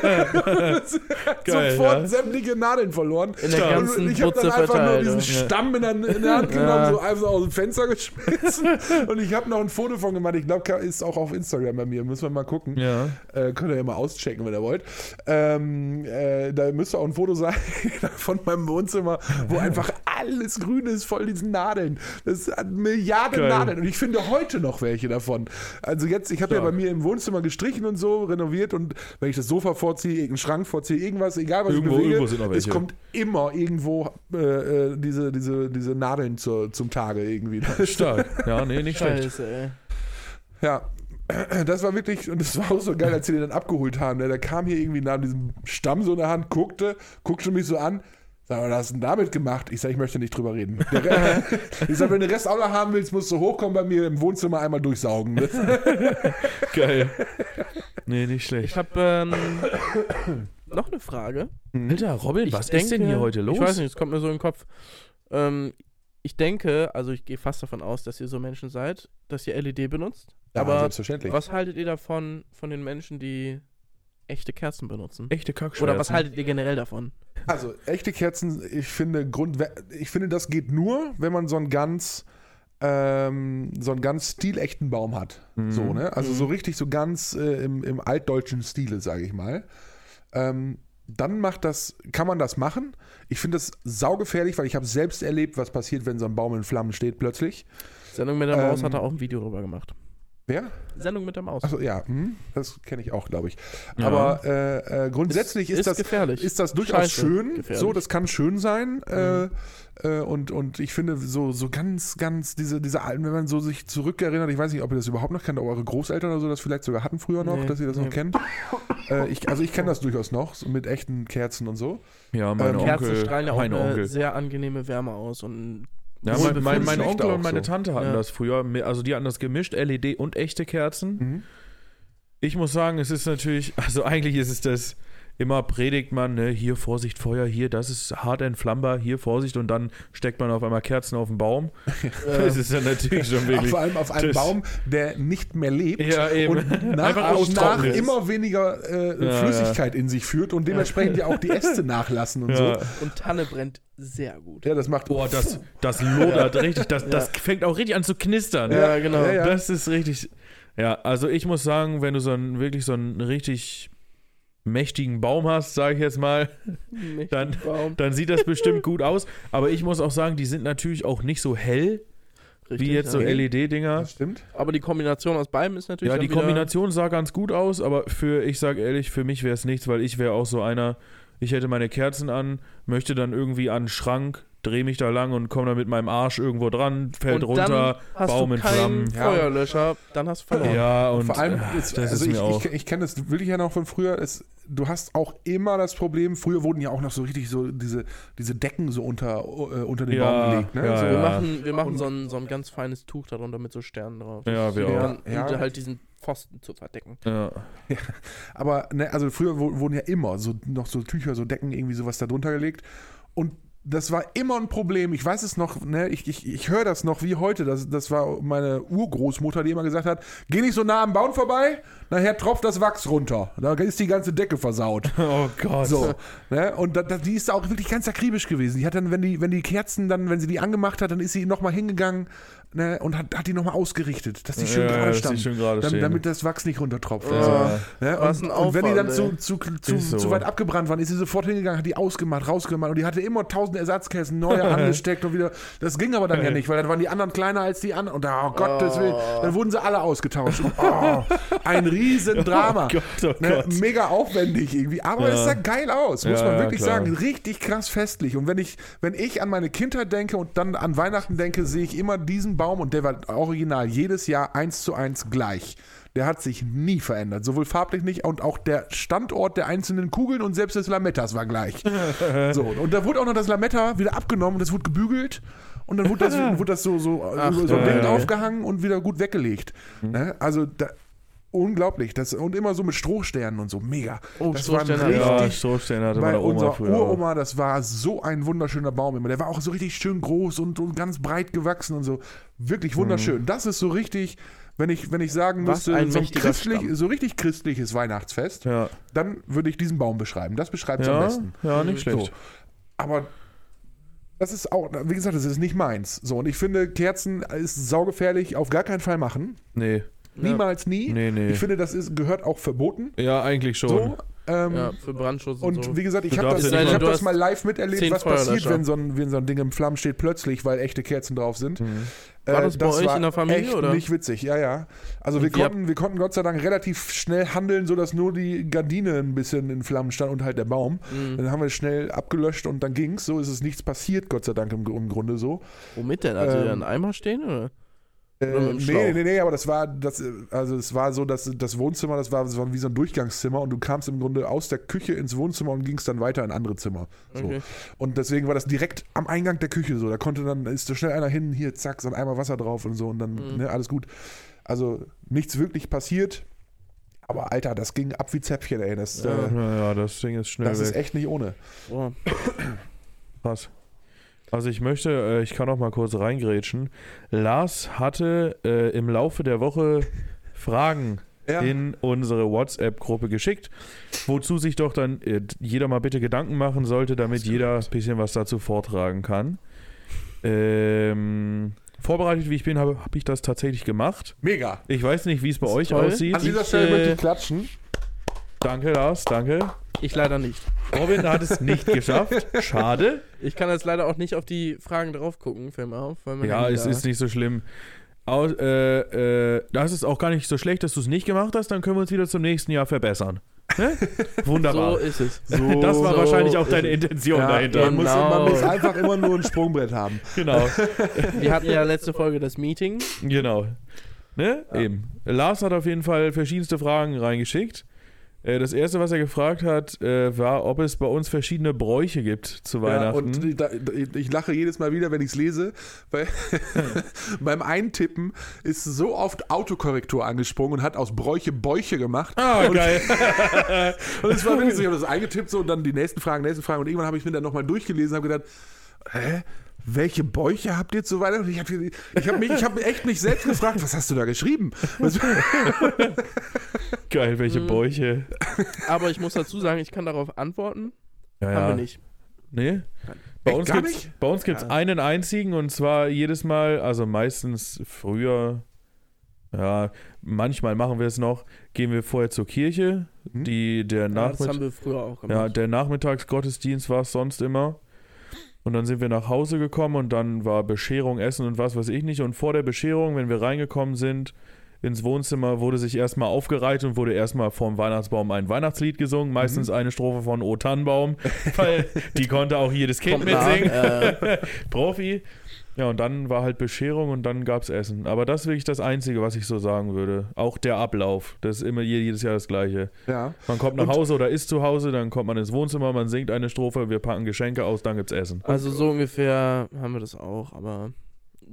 Das hat
Geil,
sofort
ja.
sämtliche Nadeln verloren.
In der
Und
ganzen
ich habe dann
Butze
einfach
verteilt,
nur diesen
ja.
Stamm in der, in der Hand genommen,
Ja.
so einfach aus dem Fenster geschmissen. Und ich habe noch ein Foto von gemacht. Ich glaube, ist auch auf Instagram bei mir. Müssen wir mal gucken.
ja.
Äh, könnt ihr ja mal auschecken, wenn ihr wollt. Ähm, äh, da müsste auch ein Foto sein von meinem Wohnzimmer, wo einfach alles grün ist, voll diesen Nadeln. Das hat Milliarden
Geil.
Nadeln. Und ich finde heute noch welche davon. Also jetzt, ich habe ja bei
Stark.
mir im Wohnzimmer gestrichen und so, renoviert und wenn ich das Sofa vorziehe, irgendeinen Schrank vorziehe, irgendwas, egal was
Irgendwo-
ich bewege,
irgendwo sind noch
es
welche.
kommt immer irgendwo äh, äh, diese, diese, diese Nadeln zur, zum Tage irgendwie.
Stark. Ja, nee, nicht schlecht.
Scheiße, ey.
Ja, das war wirklich, und das war auch so geil, als sie den dann abgeholt haben. Ne? Der kam hier irgendwie, nahm diesen Stamm so in der Hand, guckte, guckte mich so an. Sag mal, was hast du denn damit gemacht? Ich sag, ich möchte nicht drüber reden. Der Re- ich sag, wenn du den Rest auch noch haben willst, musst du hochkommen bei mir im Wohnzimmer einmal durchsaugen. Ne?
Geil. Nee, nicht
Ich
schlecht.
habe ähm, noch eine Frage.
Alter, Robin,
Ich
was ist
denke-
denn hier heute los?
Ich weiß nicht, es kommt mir so in den Kopf. Ähm, ich denke, also ich gehe fast davon aus, dass ihr so Menschen seid, dass ihr LED benutzt. Aber
selbstverständlich.
was haltet ihr davon, von den Menschen, die echte Kerzen benutzen?
Echte Kackschmerzen.
Oder was haltet ihr generell davon?
Also, echte Kerzen, ich finde, Grund, ich finde, das geht nur, wenn man so einen ganz, ähm, so einen ganz stilechten Baum hat. So, ne? Also so richtig so ganz äh, im, im altdeutschen Stile, sage ich mal. Ähm, dann macht das, kann man das machen. Ich finde das saugefährlich, weil ich habe selbst erlebt, was passiert, wenn so ein Baum in Flammen steht plötzlich.
Sendung mit der Maus
Ähm,
hat da auch ein Video drüber gemacht.
Wer?
Sendung mit der Maus.
Achso, ja, hm, das kenne ich auch, glaube ich.
Ja.
Aber äh, äh, grundsätzlich ist,
ist
das,
gefährlich.
ist das durchaus
Scheiße,
schön.
gefährlich. Mhm.
So, das kann schön sein. Äh, äh, und, und ich finde so, so ganz, ganz diese, diese alten, wenn man so sich zurückerinnert, ich weiß nicht, ob ihr das überhaupt noch kennt, ob eure Großeltern oder so das vielleicht sogar hatten früher noch,
Nee,
dass ihr das noch
nee.
kennt. Äh, ich, also ich kenne das durchaus noch, so mit echten Kerzen und so.
Ja, meine
Ähm,
Kerzen
Onkel.
strahlen ja auch
Meine
eine
Onkel.
sehr angenehme Wärme aus und
Ja,
Wohl
mein, mein, mein
befindlich
Onkel
auch
und meine
so.
Tante hatten
Ja.
das früher. Mir- Also die hatten das gemischt, LED und echte Kerzen.
Mhm.
Ich muss sagen, es ist natürlich, also eigentlich ist es das, immer predigt man, ne, hier Vorsicht Feuer, hier, das ist hart entflammbar, hier Vorsicht und dann steckt man auf einmal Kerzen auf den Baum. Das ist dann natürlich schon
Ach,
wirklich.
Vor allem auf einem
Das-
Baum, der nicht mehr lebt.
Ja, eben.
Und nach,
Einfach
und nach
austrocknen ist.
immer weniger äh,
Ja,
Flüssigkeit in sich führt und dementsprechend ja auch die Äste nachlassen und
Ja.
so.
Und Tanne brennt sehr gut.
Ja, das macht.
Boah, das, das lodert richtig, das, das fängt auch richtig an zu knistern.
Ja, genau.
Ja, ja.
Das ist richtig. Ja, also ich muss sagen, wenn du so einen wirklich so einen richtig mächtigen Baum hast, sage ich jetzt mal,
Nicht
dann,
Baum.
dann sieht das bestimmt gut aus. Aber ich muss auch sagen, die sind natürlich auch nicht so hell
Richtig,
wie jetzt so
ja.
LED-Dinger.
Das stimmt.
Aber die Kombination aus beidem ist natürlich.
Ja,
dann
die
wieder-
Kombination sah ganz gut aus, aber für, ich sag ehrlich, für mich wäre es nichts, weil ich wäre auch so einer, ich hätte meine Kerzen an, möchte dann irgendwie an den Schrank, drehe mich da lang und komme dann mit meinem Arsch irgendwo dran, fällt
Und
runter,
dann hast
Baum
du
in
keinen
Flammen.
Ja.
Feuerlöscher, dann hast du verloren.
Ja, und
Vor allem,
äh,
ist,
das
also
ist mir
ich,
auch.
ich, ich kenne das wirklich ja noch von früher. Es, du hast auch immer das Problem, früher wurden ja auch noch so richtig so diese, diese Decken so unter, äh, unter den
Ja,
Baum gelegt. Ne?
ja,
so,
Wir
ja.
machen, wir machen so, ein, so ein ganz feines Tuch darunter mit so Sternen drauf.
ja, wir
Ja.
auch.
Dann, Um dir halt diesen Pfosten zu verdecken.
Ja.
Aber ne, also früher wo- wurden ja immer so noch so Tücher, so Decken, irgendwie sowas da drunter gelegt. Und das war immer ein Problem. Ich weiß es noch, ne, ich, ich, ich höre das noch wie heute. Das, das war meine Urgroßmutter, die immer gesagt hat, geh nicht so nah am Baum vorbei, nachher tropft das Wachs runter. Da ist die ganze Decke versaut.
Oh Gott.
So, ne? Und da, da, die ist auch wirklich ganz akribisch gewesen. Die hat dann, wenn die, wenn die Kerzen dann, wenn sie die angemacht hat, dann ist sie nochmal hingegangen ne? und hat, hat die nochmal ausgerichtet, dass die schön
Ja,
gerade
dass die
standen.
schön gerade
Dam-
stehen.
damit das Wachs nicht runtertropft.
Ja.
und so.
Ja.
Ne?
Was
Und,
ein
und wenn die dann zu,
Aufwand,
zu, zu,
Ist so.
zu weit abgebrannt waren, ist sie sofort hingegangen, hat die ausgemacht, rausgemacht und die hatte immer tausend Ersatzkästen, neue angesteckt und wieder. Das ging aber dann ja nicht, weil dann waren die anderen kleiner als die anderen. Und da, oh Gott, deswegen, dann wurden sie alle ausgetauscht. Und, Oh, ein Riesendrama.
Oh Gott, oh
ne?
Gott.
Mega aufwendig irgendwie. Aber es sah geil aus, muss
Ja,
man
ja,
wirklich
klar.
sagen. Richtig krass festlich. Und wenn ich, wenn ich an meine Kindheit denke und dann an Weihnachten denke, sehe ich immer diesen Baum und der war original jedes Jahr eins zu eins gleich. Der hat sich nie verändert, sowohl farblich nicht und auch der Standort der einzelnen Kugeln und selbst des Lamettas war gleich.
Äh.
so, und da wurde auch noch das Lametta wieder abgenommen und das wurde gebügelt und dann wurde das, wurde das so, so, über so ein
äh.
Bild
ja.
aufgehangen und wieder gut weggelegt.
Mhm.
Ne? Also da, unglaublich. Das, und immer so mit Strohsternen und so, mega.
Oh,
das war ein
Strohsterne, ja.
Ja,
richtig
Strohstellen hatte
bei
meine Oma
unserer
früher. auch.
Uroma, das war so ein wunderschöner Baum immer. Der war auch so richtig schön groß und, und ganz breit gewachsen und so. Wirklich wunderschön. Das ist so richtig, wenn ich, wenn ich sagen
Mhm. Was
müsste,
ein
so, ein
mächtiger
christlich,
Stamm.
so richtig christliches Weihnachtsfest,
Ja,
dann würde ich diesen Baum beschreiben. Das beschreibt es am
ja,
besten.
ja, nicht schlecht.
So. Aber das ist auch, wie gesagt, das ist nicht meins. So, und ich finde, Kerzen ist saugefährlich, auf gar keinen Fall machen.
Nee,
Niemals nie.
nee, nee.
Ich finde, das ist, gehört auch verboten.
ja, eigentlich schon.
So, ähm,
Ja, für Brandschutz Mhm. und,
und
so.
wie gesagt, ich
Du
habe
darfst
das,
ja nicht
ich hab
mal-
das mal live miterlebt,
zehn
was passiert,
Feuerlöscher.
wenn so, ein, wenn so ein Ding im Flammen steht, plötzlich, weil echte Kerzen drauf sind.
Mhm.
Äh,
War das bei euch in der Familie,
echt
oder?
nicht witzig, ja, ja. Also wir
wie habt-
konnten, wir konnten Gott sei Dank relativ schnell handeln, sodass nur die Gardine ein bisschen in Flammen stand und halt der
Mhm.
Baum. Dann haben wir schnell abgelöscht und dann ging's. So ist es nichts passiert, Gott sei Dank im, Gru- im Grunde so.
Womit denn? Also
Ähm,
ähm, einen Eimer stehen? Oder?
Äh,
Oder mit dem
nee,
Schlauch.
nee, nee, aber das war, das, äh, also es war so, dass das Wohnzimmer, das war, das war wie so ein Durchgangszimmer und du kamst im Grunde aus der Küche ins Wohnzimmer und gingst dann weiter in andere Zimmer. So.
Okay.
Und deswegen war das direkt am Eingang der Küche so. Da konnte dann, ist so schnell einer hin, hier, zack, so ein Eimer Wasser drauf und so und dann,
Mhm.
ne, alles gut. Also nichts wirklich passiert. Aber Alter, das ging ab wie Zäpfchen, ey. Das, äh,
Ja, ja, das Ding ist schnell
das
weg.
ist echt nicht ohne.
Boah.
Krass. Also ich möchte, äh, ich kann auch mal kurz reingrätschen. Lars hatte äh, im Laufe der Woche Fragen
Ja.
in unsere WhatsApp-Gruppe geschickt, wozu sich doch dann äh, jeder mal bitte Gedanken machen sollte, damit jeder ein bisschen was dazu vortragen kann. Ähm, vorbereitet wie ich bin, habe hab ich das tatsächlich gemacht.
Mega.
Ich weiß nicht, wie es bei euch
toll.
aussieht.
An dieser
ich,
Stelle möchte
äh,
ich klatschen.
Danke, Lars, danke.
Ich leider nicht.
Robin hat es nicht geschafft. Schade.
Ich kann jetzt leider auch nicht auf die Fragen drauf gucken, fällt mir auf. Weil mein
Ja,
Handy
es
da-
ist nicht so schlimm. Au, äh, äh, das ist auch gar nicht so schlecht, dass du es nicht gemacht hast. Dann können wir uns wieder zum nächsten Jahr verbessern. Ne?
So
Wunderbar.
ist es.
So,
das war
so
wahrscheinlich auch
ist
deine
es.
Intention dahinter.
Man, muss, man
Genau.
muss einfach immer nur ein Sprungbrett haben.
Genau,
Wir hatten ja letzte Folge das Meeting.
genau. Ne? Eben. Lars hat auf jeden Fall verschiedenste Fragen reingeschickt. Äh, Das erste, was er gefragt hat, äh, war, ob es bei uns verschiedene Bräuche gibt zu
Ja,
Weihnachten.
und ich- da- ich ich lache jedes Mal wieder, wenn ich es lese, weil beim Eintippen ist so oft Autokorrektur angesprungen und hat aus Bräuche Bäuche gemacht.
ah, geil.
Und es war wirklich so, ich habe das eingetippt so und dann die nächsten Fragen, nächsten Fragen. Und irgendwann habe ich mir dann nochmal durchgelesen und habe gedacht, hä? Welche Bäuche habt ihr zu Weihnachten? Ich habe ich hab mich, ich hab echt mich selbst gefragt, was hast du da geschrieben? Was,
Geil, welche
Mhm.
Bäuche.
Aber ich muss dazu sagen, ich kann darauf antworten.
Ja,
Haben wir
ja.
nicht.
Nee? Bei
Echt
uns
gar
gibt's,
nicht?
bei uns gibt's einen einzigen und zwar jedes Mal, also meistens früher, ja, manchmal machen wir es noch, gehen wir vorher zur Kirche,
Hm?
die
Ja,
der
das haben
Nachmittag,
wir früher auch
ja,
gemacht.
der Nachmittagsgottesdienst war es sonst immer. Und dann sind wir nach Hause gekommen und dann war Bescherung, Essen und was weiß ich nicht. Und vor der Bescherung, wenn wir reingekommen sind ins Wohnzimmer, wurde sich erstmal aufgereiht und wurde erstmal vorm Weihnachtsbaum ein Weihnachtslied gesungen. Meistens eine Strophe von O Tannenbaum, weil die konnte auch jedes Kind
Kommt nach,
mitsingen.
äh,
Profi. Ja, und dann war halt Bescherung und dann gab's Essen. Aber das ist wirklich das Einzige, was ich so sagen würde. Auch der Ablauf. Das ist immer je- jedes Jahr das Gleiche.
ja.
Man kommt nach
Und-
Hause oder ist zu Hause, dann kommt man ins Wohnzimmer, man singt eine Strophe, wir packen Geschenke aus, dann gibt's Essen.
also so ungefähr haben wir das auch, aber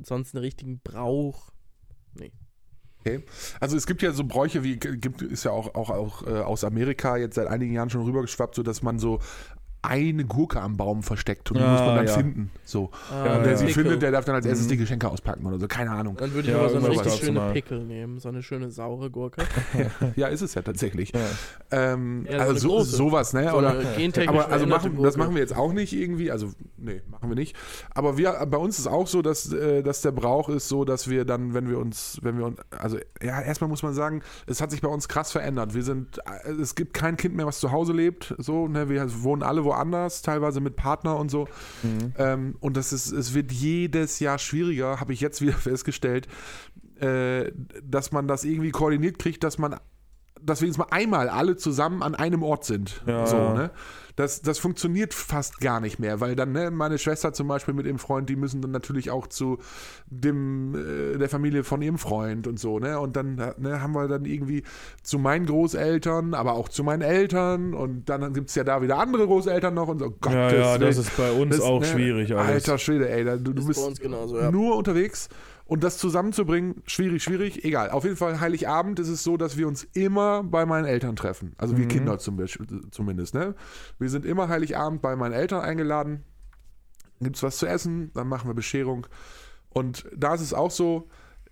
sonst einen richtigen Brauch.
Also es gibt ja so Bräuche wie gibt ist ja auch auch, auch äh, aus Amerika jetzt seit einigen Jahren schon rübergeschwappt, so dass man so eine Gurke am Baum versteckt und die
Ah,
muss man dann
ja.
finden. So.
Ah,
und wer
ja.
sie
Pickel.
findet, der darf dann als erstes
Mhm.
die Geschenke auspacken oder so. Keine Ahnung.
Dann würde ich
Ja,
aber so eine
irgendwas
richtig
dazu
schöne
mal.
Pickel nehmen, so eine schöne saure Gurke.
Ja, ist es ja tatsächlich.
Ja.
Ähm,
Ja, so
also
eine
so,
große.
sowas, ne?
So
oder
eine gentechnisch
Aber also
veränderte
machen, das
Gurke.
machen wir jetzt auch nicht irgendwie, also nee, machen wir nicht. Aber wir, bei uns ist auch so, dass, äh, dass der Brauch ist so, dass wir dann, wenn wir uns, wenn wir uns, also ja, erstmal muss man sagen, es hat sich bei uns krass verändert. Wir sind, äh, es gibt kein Kind mehr, was zu Hause lebt, so, ne, wir wohnen alle woanders, teilweise mit Partner und so. Ähm, und das ist, es wird jedes Jahr schwieriger, habe ich jetzt wieder festgestellt, äh, dass man das irgendwie koordiniert kriegt, dass man dass wenigstens mal einmal alle zusammen an einem Ort sind.
Ja.
So, ne? das, das funktioniert fast gar nicht mehr, weil dann ne, meine Schwester zum Beispiel mit ihrem Freund, die müssen dann natürlich auch zu dem äh, der Familie von ihrem Freund und so. Ne? Und dann ne, haben wir dann irgendwie zu meinen Großeltern, aber auch zu meinen Eltern und dann gibt es ja da wieder andere Großeltern noch und so. Oh Gottes
Ja, ja, das
Willen.
ist bei uns
Das,
auch
ne,
schwierig. Alles.
Alter Schwede, ey, da, du, du
Ist
bist
bei uns genauso, ja.
nur unterwegs. Und das zusammenzubringen, schwierig, schwierig, egal. Auf jeden Fall, Heiligabend ist es so, dass wir uns immer bei meinen Eltern treffen. Also wir Kinder zum Beispiel, zumindest, ne? Wir sind immer Heiligabend bei meinen Eltern eingeladen. Gibt's was zu essen, dann machen wir Bescherung. Und da ist es auch so,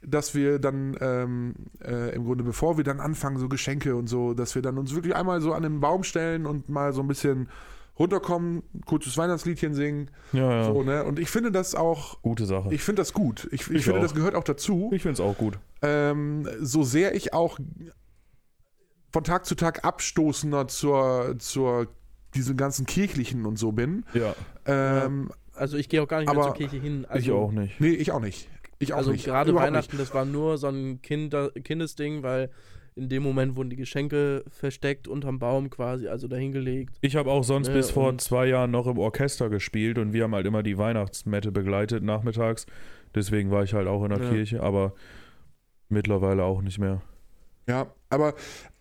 dass wir dann ähm, äh, im Grunde, bevor wir dann anfangen, so Geschenke und so, dass wir dann uns wirklich einmal so an den Baum stellen und mal so ein bisschen runterkommen, kurzes Weihnachtsliedchen singen.
Ja, ja.
So, ne? Und ich finde das auch
Gute Sache. Ich,
ich finde das gut. Ich, ich,
Ich
finde,
auch.
das gehört auch dazu.
find's auch gut.
Ähm, so sehr ich auch von Tag zu Tag abstoßender zur, zur diesen ganzen kirchlichen und so bin.
Ja,
Ähm,
Also ich gehe auch gar nicht
Aber
mehr zur Kirche hin. Also,
ich auch nicht.
Nee, ich auch nicht. Ich auch
also
nicht.
gerade
Überhaupt
Weihnachten, das war nur so ein Kinder Kindesding, weil in dem Moment wurden die Geschenke versteckt unterm Baum quasi, also dahingelegt.
Ich habe auch sonst
Ne,
bis vor
und-
zwei Jahren noch im Orchester gespielt und wir haben halt immer die Weihnachtsmette begleitet nachmittags. Deswegen war ich halt auch in der
Ja.
Kirche, aber mittlerweile auch nicht mehr.
nicht. Ja, aber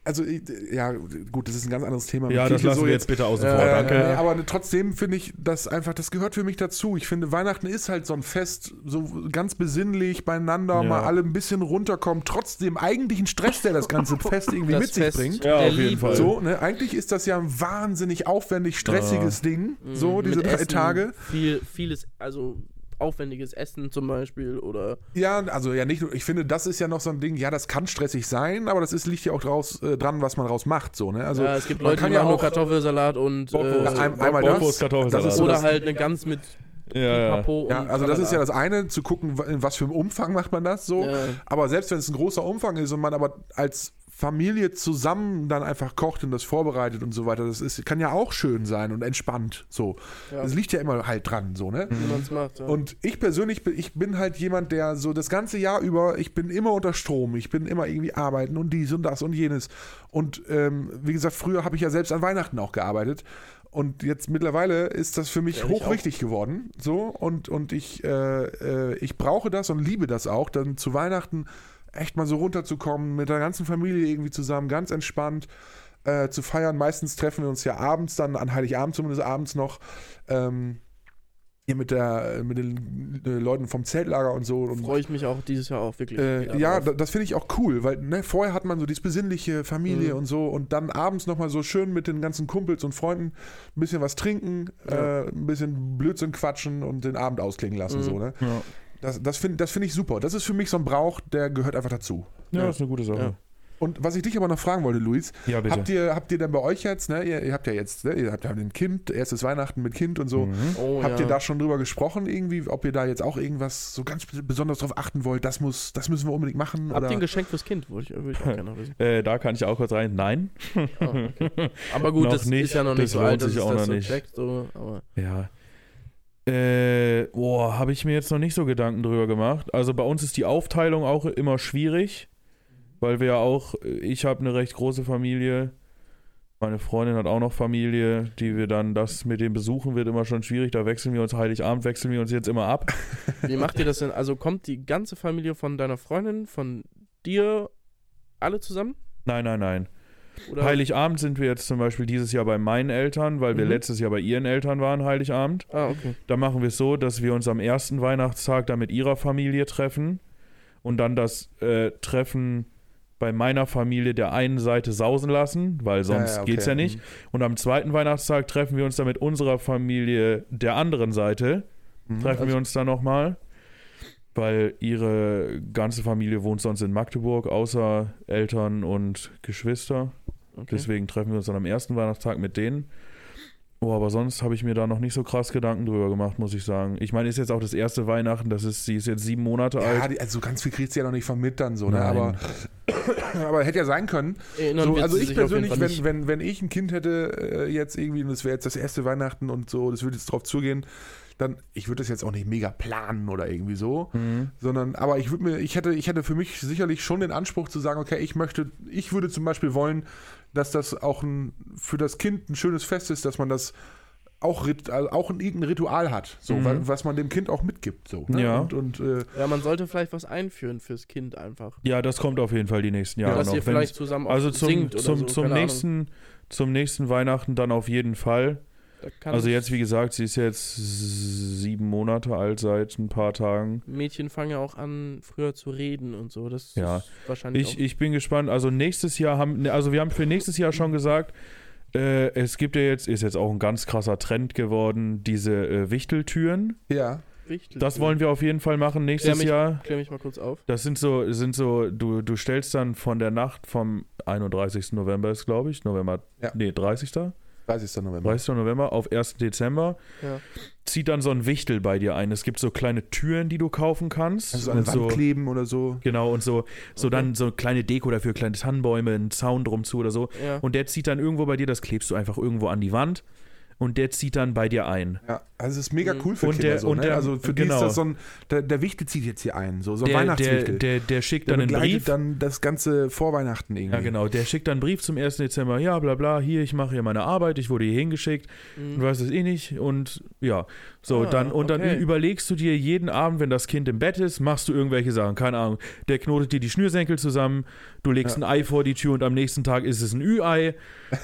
also ich- ja, gut, das ist ein ganz anderes Thema.
Ja,
Kirche
das lassen
so
wir jetzt bitte außen
Ja,
vor,
Äh,
danke.
nee, aber trotzdem finde ich das einfach, das gehört für mich dazu. Ich finde, Weihnachten ist halt so ein Fest, so ganz besinnlich beieinander,
Ja.
mal alle ein bisschen runterkommen, trotz dem eigentlichen Stress, der das ganze Fest irgendwie
Das
mit sich
Fest
bringt.
Ja,
der
auf jeden
Liebe.
Fall.
So, ne, eigentlich ist das ja ein wahnsinnig aufwendig, stressiges Ding, so
Mhm,
diese
mit
drei
Essen,
Tage.
Viel, vieles, also aufwendiges Essen zum Beispiel oder
Ja, also ja nicht nur, ich finde, das ist ja noch so ein Ding, ja, das kann stressig sein, aber das ist, liegt ja auch draus, äh, dran, was man draus macht, so, ne? Also
ja, äh, es gibt
man
Leute,
kann
die
ja
machen nur
auch-
Kartoffelsalat und
Ja,
äh,
ein, einmal
Bockwurst,
das,
Kartoffelsalat.
das ist so
oder
das
halt eine Gans mit
ja, ja.
Pipapo
Ja,
und
also das ist ja
Tralala.
das eine, zu gucken, wa- in was für einem Umfang macht man das so.
Ja.
Aber selbst wenn es ein großer Umfang ist und man aber als Familie zusammen dann einfach kocht und das vorbereitet und so weiter, das ist, kann ja auch schön sein und entspannt. So.
Ja. Mhm.
Das liegt ja immer halt dran, so, ne?
wie man es macht. Ja.
Und ich persönlich bin, ich bin halt jemand, der so das ganze Jahr über, ich bin immer unter Strom, ich bin immer irgendwie arbeiten und dies und das und jenes. Und ähm, wie gesagt, früher habe ich ja selbst an Weihnachten auch gearbeitet. Und jetzt mittlerweile ist das für mich hochwichtig geworden. So, und, und ich, äh, äh, ich brauche das und liebe das auch, dann zu Weihnachten echt mal so runterzukommen, mit der ganzen Familie irgendwie zusammen, ganz entspannt äh, zu feiern. Meistens treffen wir uns ja abends dann, an Heiligabend zumindest abends noch. Ähm, hier mit, der, mit den äh, Leuten vom Zeltlager und so. Und,
Freue ich mich auch dieses Jahr auch wirklich. wieder
äh, ja,
drauf.
da- das finde ich auch cool, weil ne, vorher hat man so dieses besinnliche Familie
Mhm.
und so und dann abends nochmal so schön mit den ganzen Kumpels und Freunden ein bisschen was trinken, äh, ein bisschen Blödsinn quatschen und den Abend ausklingen
Mhm.
lassen. So, ne?
Ja.
Das, das finde das find ich super. Das ist für mich so ein Brauch, der gehört einfach dazu.
Ja, ist eine gute Sache.
Und was ich dich aber noch fragen wollte, Luis,
Ja, bitte.
habt ihr, habt ihr denn bei euch jetzt, ne, ihr, ihr habt ja jetzt, ne, ihr habt ja ein Kind, erstes Weihnachten mit Kind und so,
Mhm.
Oh,
habt
ja.
ihr da schon drüber gesprochen irgendwie, ob ihr da jetzt auch irgendwas so ganz besonders drauf achten wollt, das muss, das müssen wir unbedingt machen?
Habt ihr ein
Oder?
Geschenk fürs Kind, würde ich, würd ich auch gerne wissen. Ah,
Äh, da kann ich auch kurz rein. Nein.
Aber gut,
Noch
das
nicht.
ist ja noch nicht
Das
so
lohnt
alt, dass
sich
es
auch
das
noch
so
nicht.
checkt. So, aber
Ja. Äh, boah, habe ich mir jetzt noch nicht so Gedanken drüber gemacht. Also bei uns ist die Aufteilung auch immer schwierig, weil wir ja auch, ich habe eine recht große Familie, meine Freundin hat auch noch Familie, die wir dann, das mit dem Besuchen wird immer schon schwierig, da wechseln wir uns Heiligabend, wechseln wir uns jetzt immer ab.
wie macht ihr das denn? Also kommt die ganze Familie von deiner Freundin, von dir, alle zusammen?
Nein, nein, nein.
Oder
Heiligabend sind wir jetzt zum Beispiel dieses Jahr bei meinen Eltern, weil wir
Mhm.
letztes Jahr bei ihren Eltern waren, Heiligabend.
Ah, okay.
Da machen wir es so, dass wir uns am ersten Weihnachtstag dann mit ihrer Familie treffen und dann das äh, Treffen bei meiner Familie der einen Seite sausen lassen, weil sonst
Ja, ja, okay. Mhm.
geht's ja nicht. Und am zweiten Weihnachtstag treffen wir uns dann mit unserer Familie der anderen Seite.
Mhm.
Treffen
Also
wir uns dann nochmal. Weil ihre ganze Familie wohnt sonst in Magdeburg, außer Eltern und Geschwister. Deswegen treffen wir uns dann am ersten Weihnachtstag mit denen. Oh, aber sonst habe ich mir da noch nicht so krass Gedanken drüber gemacht, muss ich sagen. Ich meine, ist jetzt auch das erste Weihnachten, das ist, sie ist jetzt sieben Monate
Ja,
alt.
die, also ganz viel kriegst du ja noch nicht von mit dann so, ne?
Nein.
aber, aber hätte ja sein können.
Erinnern
So,
wird
also
sie
ich
sich auf jeden
persönlich,
Fall
wenn, wenn, wenn ich ein Kind hätte äh, jetzt irgendwie, und das wäre jetzt das erste Weihnachten und so, das würde jetzt drauf zugehen, dann, ich würde das jetzt auch nicht mega planen oder irgendwie so,
Mhm.
sondern, aber ich würde mir, ich hätte, ich hätte für mich sicherlich schon den Anspruch zu sagen, okay, ich möchte, ich würde zum Beispiel wollen, dass das auch ein, für das Kind ein schönes Fest ist, dass man das auch, rit- also auch ein, irgendein Ritual hat, so, wa- was man dem Kind auch mitgibt, so. ne?
Mhm. Ja.
Und, und äh,
Ja, man sollte vielleicht was einführen fürs Kind einfach.
Ja, das kommt auf jeden Fall die nächsten Jahre
dass
noch.
ihr
Wenn's-
vielleicht zusammen auch
also zum,
singt oder
zum,
so,
zum,
keine
nächsten, zum nächsten Weihnachten dann auf jeden Fall.
Ahnung. Da kann
Also jetzt, wie gesagt, sie ist jetzt sieben Monate alt seit ein paar Tagen.
Mädchen fangen ja auch an, früher zu reden und so. Das
Ja.
ist wahrscheinlich
Ich, ich bin gespannt. Also nächstes Jahr haben, ne, also wir haben für nächstes Jahr schon gesagt, äh, es gibt ja jetzt, ist jetzt auch ein ganz krasser Trend geworden, diese äh, Wichteltüren.
ja.
auch wichtig.
Das wollen wir auf jeden Fall machen nächstes
mich-
Jahr.
Klär mich mal kurz auf.
Das sind so, sind so, du, du stellst dann von der Nacht vom 31. November ist, glaube ich, November,
Ja.
nee, 30.
30. November.
30. November auf 1. Dezember,
Ja.
zieht dann so ein Wichtel bei dir ein. Es gibt so kleine Türen, die du kaufen kannst.
Also an
Und
die Wand
so,
kleben oder so.
Genau, und so, so dann so kleine Deko dafür, kleine Tannenbäume, einen Zaun drum zu oder so.
Ja.
Und der zieht dann irgendwo bei dir, das klebst du einfach irgendwo an die Wand und der zieht dann bei dir ein.
Ja, also es ist mega cool für
Mhm. Und
Kinder
der-
so,
und
ne?
der-
Also für die
genau.
ist das so ein, der, der Wichtel zieht jetzt hier ein, so, so ein
Der, der,
Weihnachtswichtel.
der, der schickt
Der
dann einen
begleitet
Brief.
dann das ganze Vorweihnachten irgendwie.
ja, genau. Der schickt dann einen Brief zum 1. Dezember. Ja, bla, bla. Hier, ich mache hier meine Arbeit. Ich wurde hier hingeschickt. Und weiß es eh nicht. Und ja. So,
Mhm. Ah,
dann, und
okay.
dann überlegst du dir jeden Abend, wenn das Kind im Bett ist, machst du irgendwelche Sachen. Keine Ahnung. Der knotet dir die Schnürsenkel zusammen. Du legst ein Ei vor die Tür und am nächsten Tag ist es ein Ü-Ei.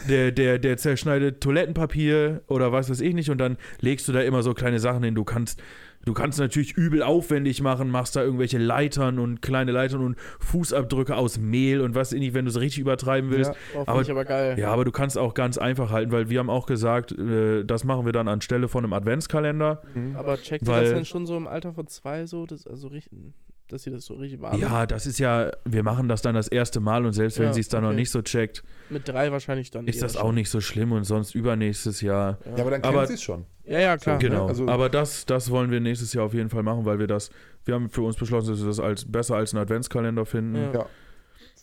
Der, der, der zerschneidet Toilettenpapier oder was weiß ich nicht. Und dann legst du da immer so kleine Sachen hin. Du kannst. Du kannst natürlich übel aufwendig machen, machst da irgendwelche Leitern und kleine Leitern und Fußabdrücke aus Mehl und was weiß ich nicht, wenn du es richtig übertreiben willst.
Ja.
Oh, find
aber-
ich aber geil.
Ja, aber du kannst auch ganz einfach halten, weil wir haben auch gesagt, äh, das machen wir dann anstelle von einem Adventskalender.
Aber checkt ihr
Weil-
das denn schon so im Alter von zwei so, dass, also richtig, dass sie das so richtig wahrnehmen?
Ja, das ist ja, wir machen das dann das erste Mal und selbst wenn
Ja,
sie es dann noch
okay.
nicht so checkt,
Mit drei wahrscheinlich dann.
ist
eher
das
schon.
auch nicht so schlimm und sonst übernächstes Jahr.
Ja, aber dann
Aber-
kennt sie es schon.
Ja, ja, klar.
genau.
ne? Also-
aber das, das wollen wir nächstes Jahr auf jeden Fall machen, weil wir das, wir haben für uns beschlossen, dass wir das als besser als einen Adventskalender finden.
Ja.
Ja.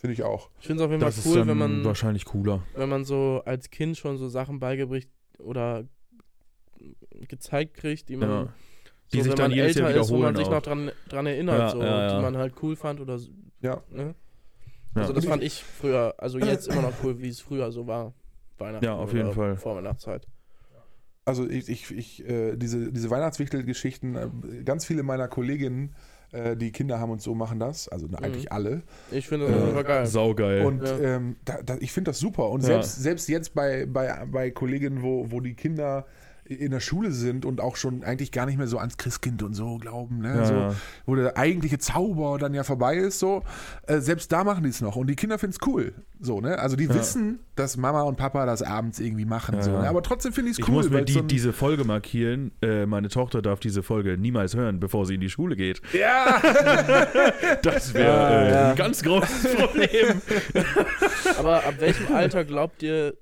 Finde ich auch.
Ich finde es auf jeden
Das
Fall
ist
cool,
dann
wenn man,
wahrscheinlich cooler.
wenn man so als Kind schon so Sachen beigebracht oder gezeigt kriegt, die man,
Ja.
so,
Die sich
wenn man
dann jedes Jahr
älter ist, wo man
wiederholen
sich
auch.
noch dran, dran erinnert,
Ja,
so,
ja, ja.
die man halt cool fand oder so,
Ja.
ne?
Ja.
Also das fand ich früher, also jetzt immer noch cool, wie es früher so war. Weihnachten
Ja, auf jeden
oder
Fall.
Vor Weihnachtszeit.
Also ich, ich, ich äh, diese, diese Weihnachtswichtelgeschichten, äh, ganz viele meiner Kolleginnen, äh, die Kinder haben und so, machen das. Also na, eigentlich alle.
Ich finde das
Äh,
immer geil.
Saugeil.
Und
Ja.
ähm, da, da, ich finde das super. Und
Ja.
selbst, selbst jetzt bei, bei, bei Kolleginnen, wo, wo die Kinder in der Schule sind und auch schon eigentlich gar nicht mehr so ans Christkind und so glauben, ne?
Ja,
so,
ja.
wo der eigentliche Zauber dann ja vorbei ist, so, äh, selbst da machen die es noch und die Kinder finden es cool, so, ne, also die wissen, dass Mama und Papa das abends irgendwie machen, so,
ja.
ne? aber trotzdem finde ich es
Ich
cool,
muss mir
weil's
die,
so ein-
diese Folge markieren. Äh, meine Tochter darf diese Folge niemals hören, bevor sie in die Schule geht.
ja,
Das wäre äh, ein ganz großes Problem.
Aber ab welchem Alter glaubt ihr,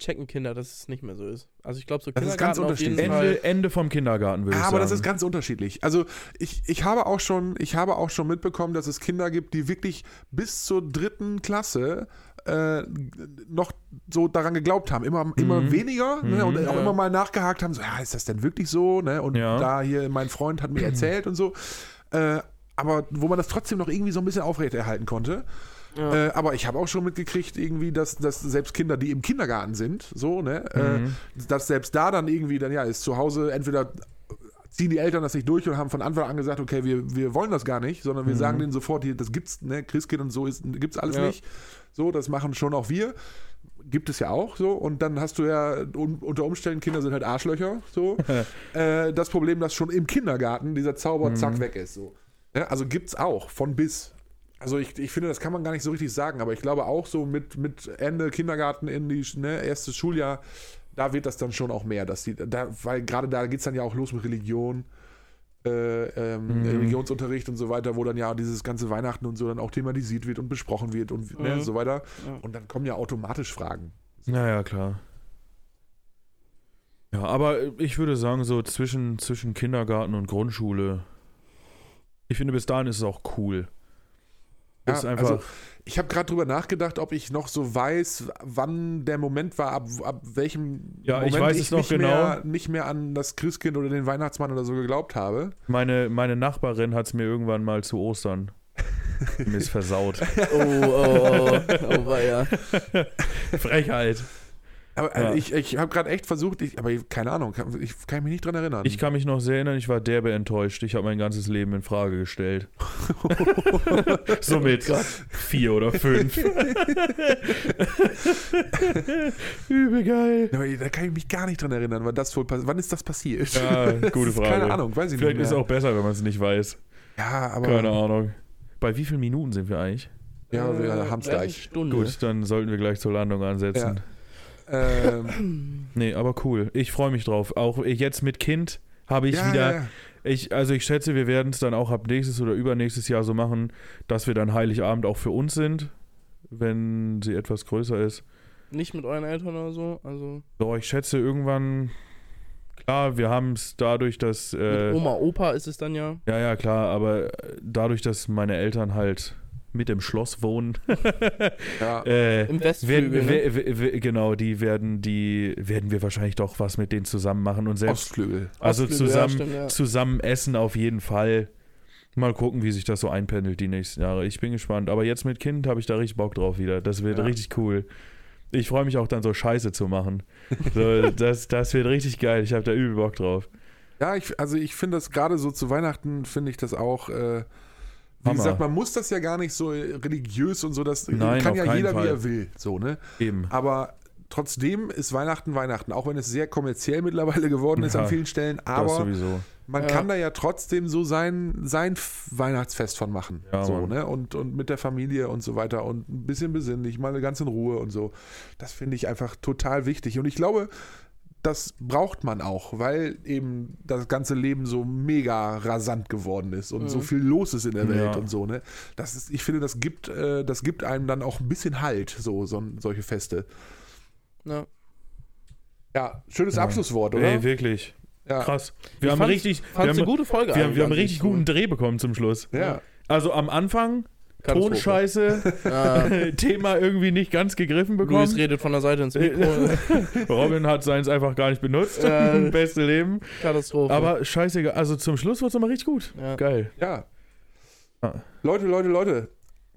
checken Kinder, dass es nicht mehr so ist? Also ich glaube, so
Das ist ganz
Kindergarten auf jeden
unterschiedlich.
Fall.
Ende, Ende vom Kindergarten, würde ich sagen.
Ah, aber das ist ganz unterschiedlich, also ich, ich habe auch schon, ich habe auch schon mitbekommen, dass es Kinder gibt, die wirklich bis zur dritten Klasse äh, noch so daran geglaubt haben, immer,
Mhm.
immer weniger ne? und auch
Ja.
immer mal nachgehakt haben, so, ja, ist das denn wirklich so, ne, und
Ja.
da hier mein Freund hat mir erzählt und so, äh, aber wo man das trotzdem noch irgendwie so ein bisschen aufrechterhalten konnte. Äh, aber ich habe auch schon mitgekriegt, irgendwie, dass, dass selbst Kinder, die im Kindergarten sind, so, ne, äh, dass selbst da dann irgendwie, dann ja, ist zu Hause entweder ziehen die Eltern das nicht durch und haben von Anfang an gesagt, okay, wir, wir wollen das gar nicht, sondern wir sagen denen sofort, hier, das gibt's, ne, Christkind und so ist, gibt's alles
Ja.
nicht. So, das machen schon auch wir. Gibt es ja auch so. Und dann hast du ja un, unter Umständen, Kinder sind halt Arschlöcher, so. äh, das Problem, dass schon im Kindergarten dieser Zauber zack weg ist, so. Ja, also gibt's auch, von bis. Also ich, ich finde, das kann man gar nicht so richtig sagen, aber ich glaube auch so mit, mit Ende Kindergarten in die ne, erstes Schuljahr, da wird das dann schon auch mehr, dass die, da, weil gerade da geht es dann ja auch los mit Religion, äh, ähm,
Mhm.
Religionsunterricht und so weiter, wo dann ja dieses ganze Weihnachten und so dann auch thematisiert wird und besprochen wird und ne,
Mhm.
so weiter.
Ja.
Und dann kommen ja automatisch Fragen.
Naja, klar. Ja, aber äh, ich würde sagen, so zwischen, zwischen Kindergarten und Grundschule. Ich finde, bis dahin ist es auch cool.
Ja,
ist einfach.
also ich habe gerade drüber nachgedacht, ob ich noch so weiß, wann der Moment war, ab, ab welchem
Ja, ich
Moment
weiß es noch
nicht,
genau.
mehr, nicht mehr an das Christkind oder den Weihnachtsmann oder so geglaubt habe.
meine, meine Nachbarin hat es mir irgendwann mal zu Ostern mir ist versaut.
Oh, oh, oh, oh, weia.
Frechheit.
Aber äh,
Ja.
ich, ich habe gerade echt versucht, ich, aber ich, keine Ahnung, kann, ich kann mich nicht dran erinnern.
Ich kann mich noch sehr erinnern, ich war derbe enttäuscht. Ich habe mein ganzes Leben in Frage gestellt.
Oh
Somit vier oder fünf. Übel geil.
Ja, aber da kann ich mich gar nicht dran erinnern, wann das wohl pass- wann ist das passiert?
Ja,
Das
gute
ist
Frage.
Keine Ahnung, weiß ich
Vielleicht
nicht.
ist es
Mehr.
auch besser, wenn man es nicht weiß.
ja, aber
Keine Ahnung. Bei wie vielen Minuten sind wir eigentlich?
ja, wir
Äh,
haben es
gleich eine
gleich.
Stunde.
Gut, dann sollten wir gleich zur Landung ansetzen.
Ähm,
Nee, aber cool. Ich freue mich drauf. Auch jetzt mit Kind habe ich
ja,
wieder.
ja,
Ich, also ich schätze, wir werden es dann auch ab nächstes oder übernächstes Jahr so machen, dass wir dann Heiligabend auch für uns sind, wenn sie etwas größer ist.
Nicht mit euren Eltern oder so, also
So, ich schätze irgendwann. Klar, wir haben es dadurch, dass. Äh,
mit um- Oma, Opa ist es dann ja.
Ja, ja, klar, aber dadurch, dass meine Eltern halt mit im Schloss wohnen,
ja.
äh,
Im
werden,
Westflügel, ne?
wer- wer- wer- genau, die werden, die werden wir wahrscheinlich doch was mit denen zusammen machen und selbst,
Ostflügel.
also
Ostflügel, ja,
zusammen,
stimmt, ja.
zusammen essen auf jeden Fall. Mal gucken, wie sich das so einpendelt die nächsten Jahre. Ich bin gespannt. Aber jetzt mit Kind habe ich da richtig Bock drauf wieder. Das wird
Ja.
richtig cool. Ich freue mich auch dann so Scheiße zu machen. So, das, das wird richtig geil. Ich habe da übel Bock drauf.
Ja, ich, also ich finde das gerade so zu Weihnachten, finde ich das auch. Äh, wie
Hammer.
gesagt, man muss das ja gar nicht so äh, religiös und so, das
Nein,
kann
auf
ja
keinen
jeder,
Fall.
wie er will. So, ne?
Eben.
Aber trotzdem ist Weihnachten Weihnachten, auch wenn es sehr kommerziell mittlerweile geworden ist
Ja,
an vielen Stellen,
das
aber
sowieso.
man
Ja.
kann da ja trotzdem so sein, sein F- Weihnachtsfest von machen.
Ja,
so,
Mann.
ne? Und, und mit der Familie und so weiter und ein bisschen besinnlich, mal ganz in Ruhe und so. Das finde ich einfach total wichtig. Und ich glaube, das braucht man auch, weil eben das ganze Leben so mega rasant geworden ist und so viel los ist in der Welt
Ja.
und so, ne? Das ist, ich finde, das gibt, äh, das gibt einem dann auch ein bisschen Halt, so, so solche Feste.
Ja.
Ja, schönes Abschlusswort, oder?
Ey, wirklich.
ja.
Krass. Wir haben
fand's-
richtig. Wir
Fand's
haben,
eine gute Folge
wir haben,
eigentlich
wir haben einen
an
richtig
sich, so.
guten Dreh bekommen zum Schluss.
Ja.
Also am Anfang
Katastrophe.
Tonscheiße,
Ah,
Thema irgendwie nicht ganz gegriffen
Luis
bekommen.
redet von der Seite ins Mikro.
Robin hat seins einfach gar nicht benutzt.
Äh,
Beste Leben.
Katastrophe.
Aber scheißegal. Also zum Schluss wird es nochmal richtig gut.
ja.
Geil.
Ja.
Ah.
Leute, Leute, Leute.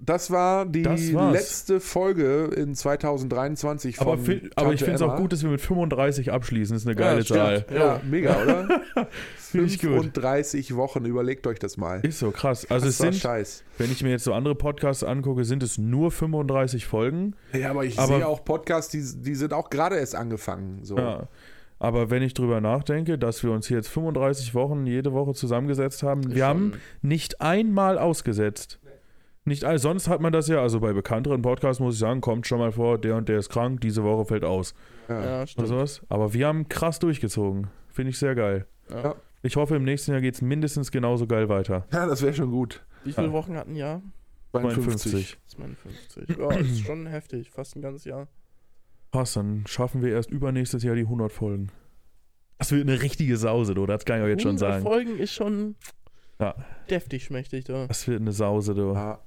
Das war die
Das war's.
letzte Folge in 2023 von
Aber, fi- aber ich
Tante
finde es
Emma.
auch gut, dass wir mit 35 abschließen. Das ist eine geile
Ja, stimmt.
Zahl.
Ja, mega, oder?
Finde ich gut.
35 Wochen, überlegt euch das mal.
Ist so krass. Also
das
es
war
sind,
scheiß.
wenn ich mir jetzt so andere Podcasts angucke, sind es nur 35 Folgen.
Ja, aber ich
Aber-
sehe auch Podcasts, die, die sind auch gerade erst angefangen. So.
Ja. Aber wenn ich drüber nachdenke, dass wir uns hier jetzt 35 Wochen jede Woche zusammengesetzt haben, wir haben nicht einmal ausgesetzt. Nicht all, sonst hat man das ja, also bei bekannteren Podcasts muss ich sagen, kommt schon mal vor, der und der ist krank, diese Woche fällt aus
Ja.
Ja,
oder
stimmt.
sowas. Aber wir haben krass durchgezogen. Finde ich sehr geil.
Ja.
Ich hoffe, im nächsten Jahr geht es mindestens genauso geil weiter.
ja, das wäre schon gut.
Wie viele
Ja.
Wochen hatten ja?
52.
Das ist meine 50. Ja, ist schon heftig. Fast ein ganzes Jahr.
Passt, dann schaffen wir erst übernächstes Jahr die 100 Folgen. Das wird eine richtige Sause, du. Das kann ich euch jetzt schon
100
sagen.
Folgen ist schon
Ja.
deftig schmächtig da.
Das wird eine Sause, du.
Ja.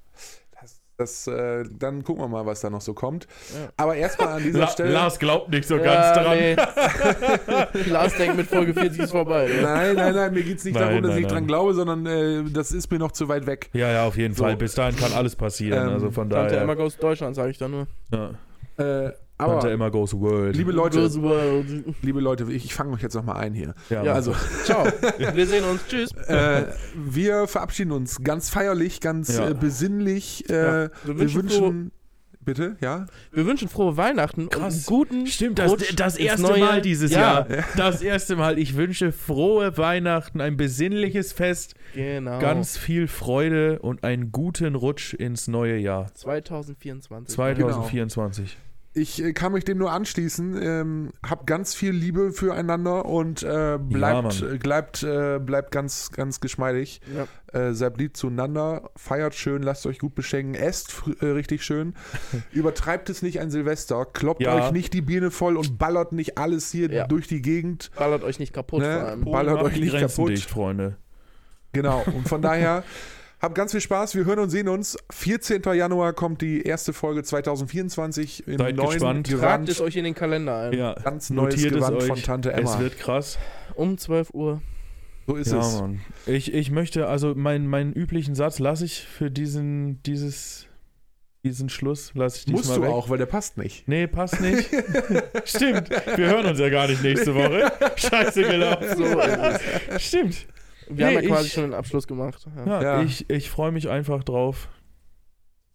Das, das, äh, dann gucken wir mal, was da noch so kommt.
Ja.
Aber erstmal an dieser
La
Stelle.
Lars glaubt nicht so
Ja,
ganz dran.
nee. Lars denkt mit Folge 40 ist vorbei. ne? Ja.
Nein, nein, nein, mir geht es nicht
Nein,
darum, dass
nein,
ich nicht dran
nein.
glaube, sondern äh, das ist mir noch zu weit weg.
Ja, ja, auf jeden
So.
Fall. Bis dahin kann alles passieren.
Ähm,
also von
Tante Emma
daher.
goes Deutschland, sage ich da nur.
Ja.
Äh,
Tante
aber,
Emma goes world.
liebe Leute,
Goes world.
liebe Leute, ich, ich fange euch jetzt nochmal ein hier.
ja,
ja,
also.
Also,
Ciao. Wir sehen uns. Tschüss.
äh, wir verabschieden uns ganz feierlich, ganz
Ja.
äh, besinnlich. Äh,
Ja.
Wir
Wir
wünschen.
wünschen
bitte, ja?
Wir wünschen frohe Weihnachten
Krass.
und einen guten
Stimmt, das,
Rutsch
das
ins
erste
neue
Mal dieses Jahr. Das erste Mal. Ich wünsche frohe Weihnachten, ein besinnliches Fest,
Genau.
ganz viel Freude und einen guten Rutsch ins neue Jahr.
2024.
2024.
Ich äh, kann mich dem nur anschließen. Ähm, hab ganz viel Liebe füreinander und äh, bleibt,
Mann.
äh, bleibt, äh, bleibt ganz, ganz geschmeidig.
Ja.
Äh, seid lieb zueinander, feiert schön, lasst euch gut beschenken, esst fr- äh, richtig schön. Übertreibt es nicht ein Silvester, kloppt
Ja.
euch nicht die Birne voll und ballert nicht alles hier
Ja.
durch die Gegend.
Ballert euch nicht kaputt
Ne?
vor
Ballert
allem.
Genau. Macht
euch
die
nicht
Grenzen
kaputt.
Dicht, Freunde.
Genau, und von daher habt ganz viel Spaß. Wir hören und sehen uns. 14. Januar kommt die erste Folge 2024 im
Seid
neuen
gespannt.
Tragt es
Gewand.
euch in den Kalender ein.
Ja.
Ganz neues
Notiert es
Gewand
euch.
von Tante
Es
Emma.
wird krass.
Um 12 Uhr.
so ist
ja,
es.
Mann. Ich, ich möchte, also mein, meinen üblichen Satz lasse ich für diesen, dieses, diesen Schluss, lasse ich diesmal
Musst du
weg.
auch, weil der passt nicht.
Nee, passt nicht. Stimmt, wir hören uns ja gar nicht nächste Woche. Scheiße gelaufen.
So, äh,
Stimmt.
wir
Nee,
haben ja quasi
ich-
schon den Abschluss gemacht. Ja.
Ja,
Ja.
ich, ich freue mich einfach drauf.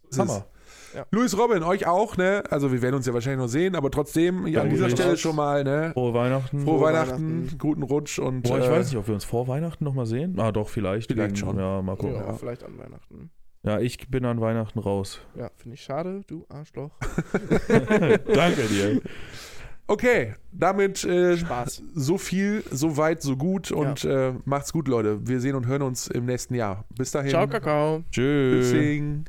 So ist
Hammer.
es.
Ja.
Luis Robin, euch auch, ne? Also wir werden uns ja wahrscheinlich noch sehen, aber trotzdem ja, an
Ja,
dieser
Luis.
Stelle schon mal, ne?
Frohe Weihnachten.
Frohe
Frohe
Weihnachten,
Weihnachten.
guten Rutsch und
Boah, ich
äh,
weiß nicht, ob wir uns vor Weihnachten nochmal sehen. Ah, doch, vielleicht.
Vielleicht
Wegen-
schon.
Ja, mal gucken.
Ja,
Ja.
Vielleicht an Weihnachten.
Ja, ich bin an Weihnachten raus.
Ja, finde ich schade, du Arschloch.
Danke dir.
Okay, damit äh,
Spaß.
so viel, so weit, so gut und äh, macht's gut, Leute. Wir sehen und hören uns im nächsten Jahr. Bis dahin.
Ciao, Kakao.
Tschüss.
Tschüssing.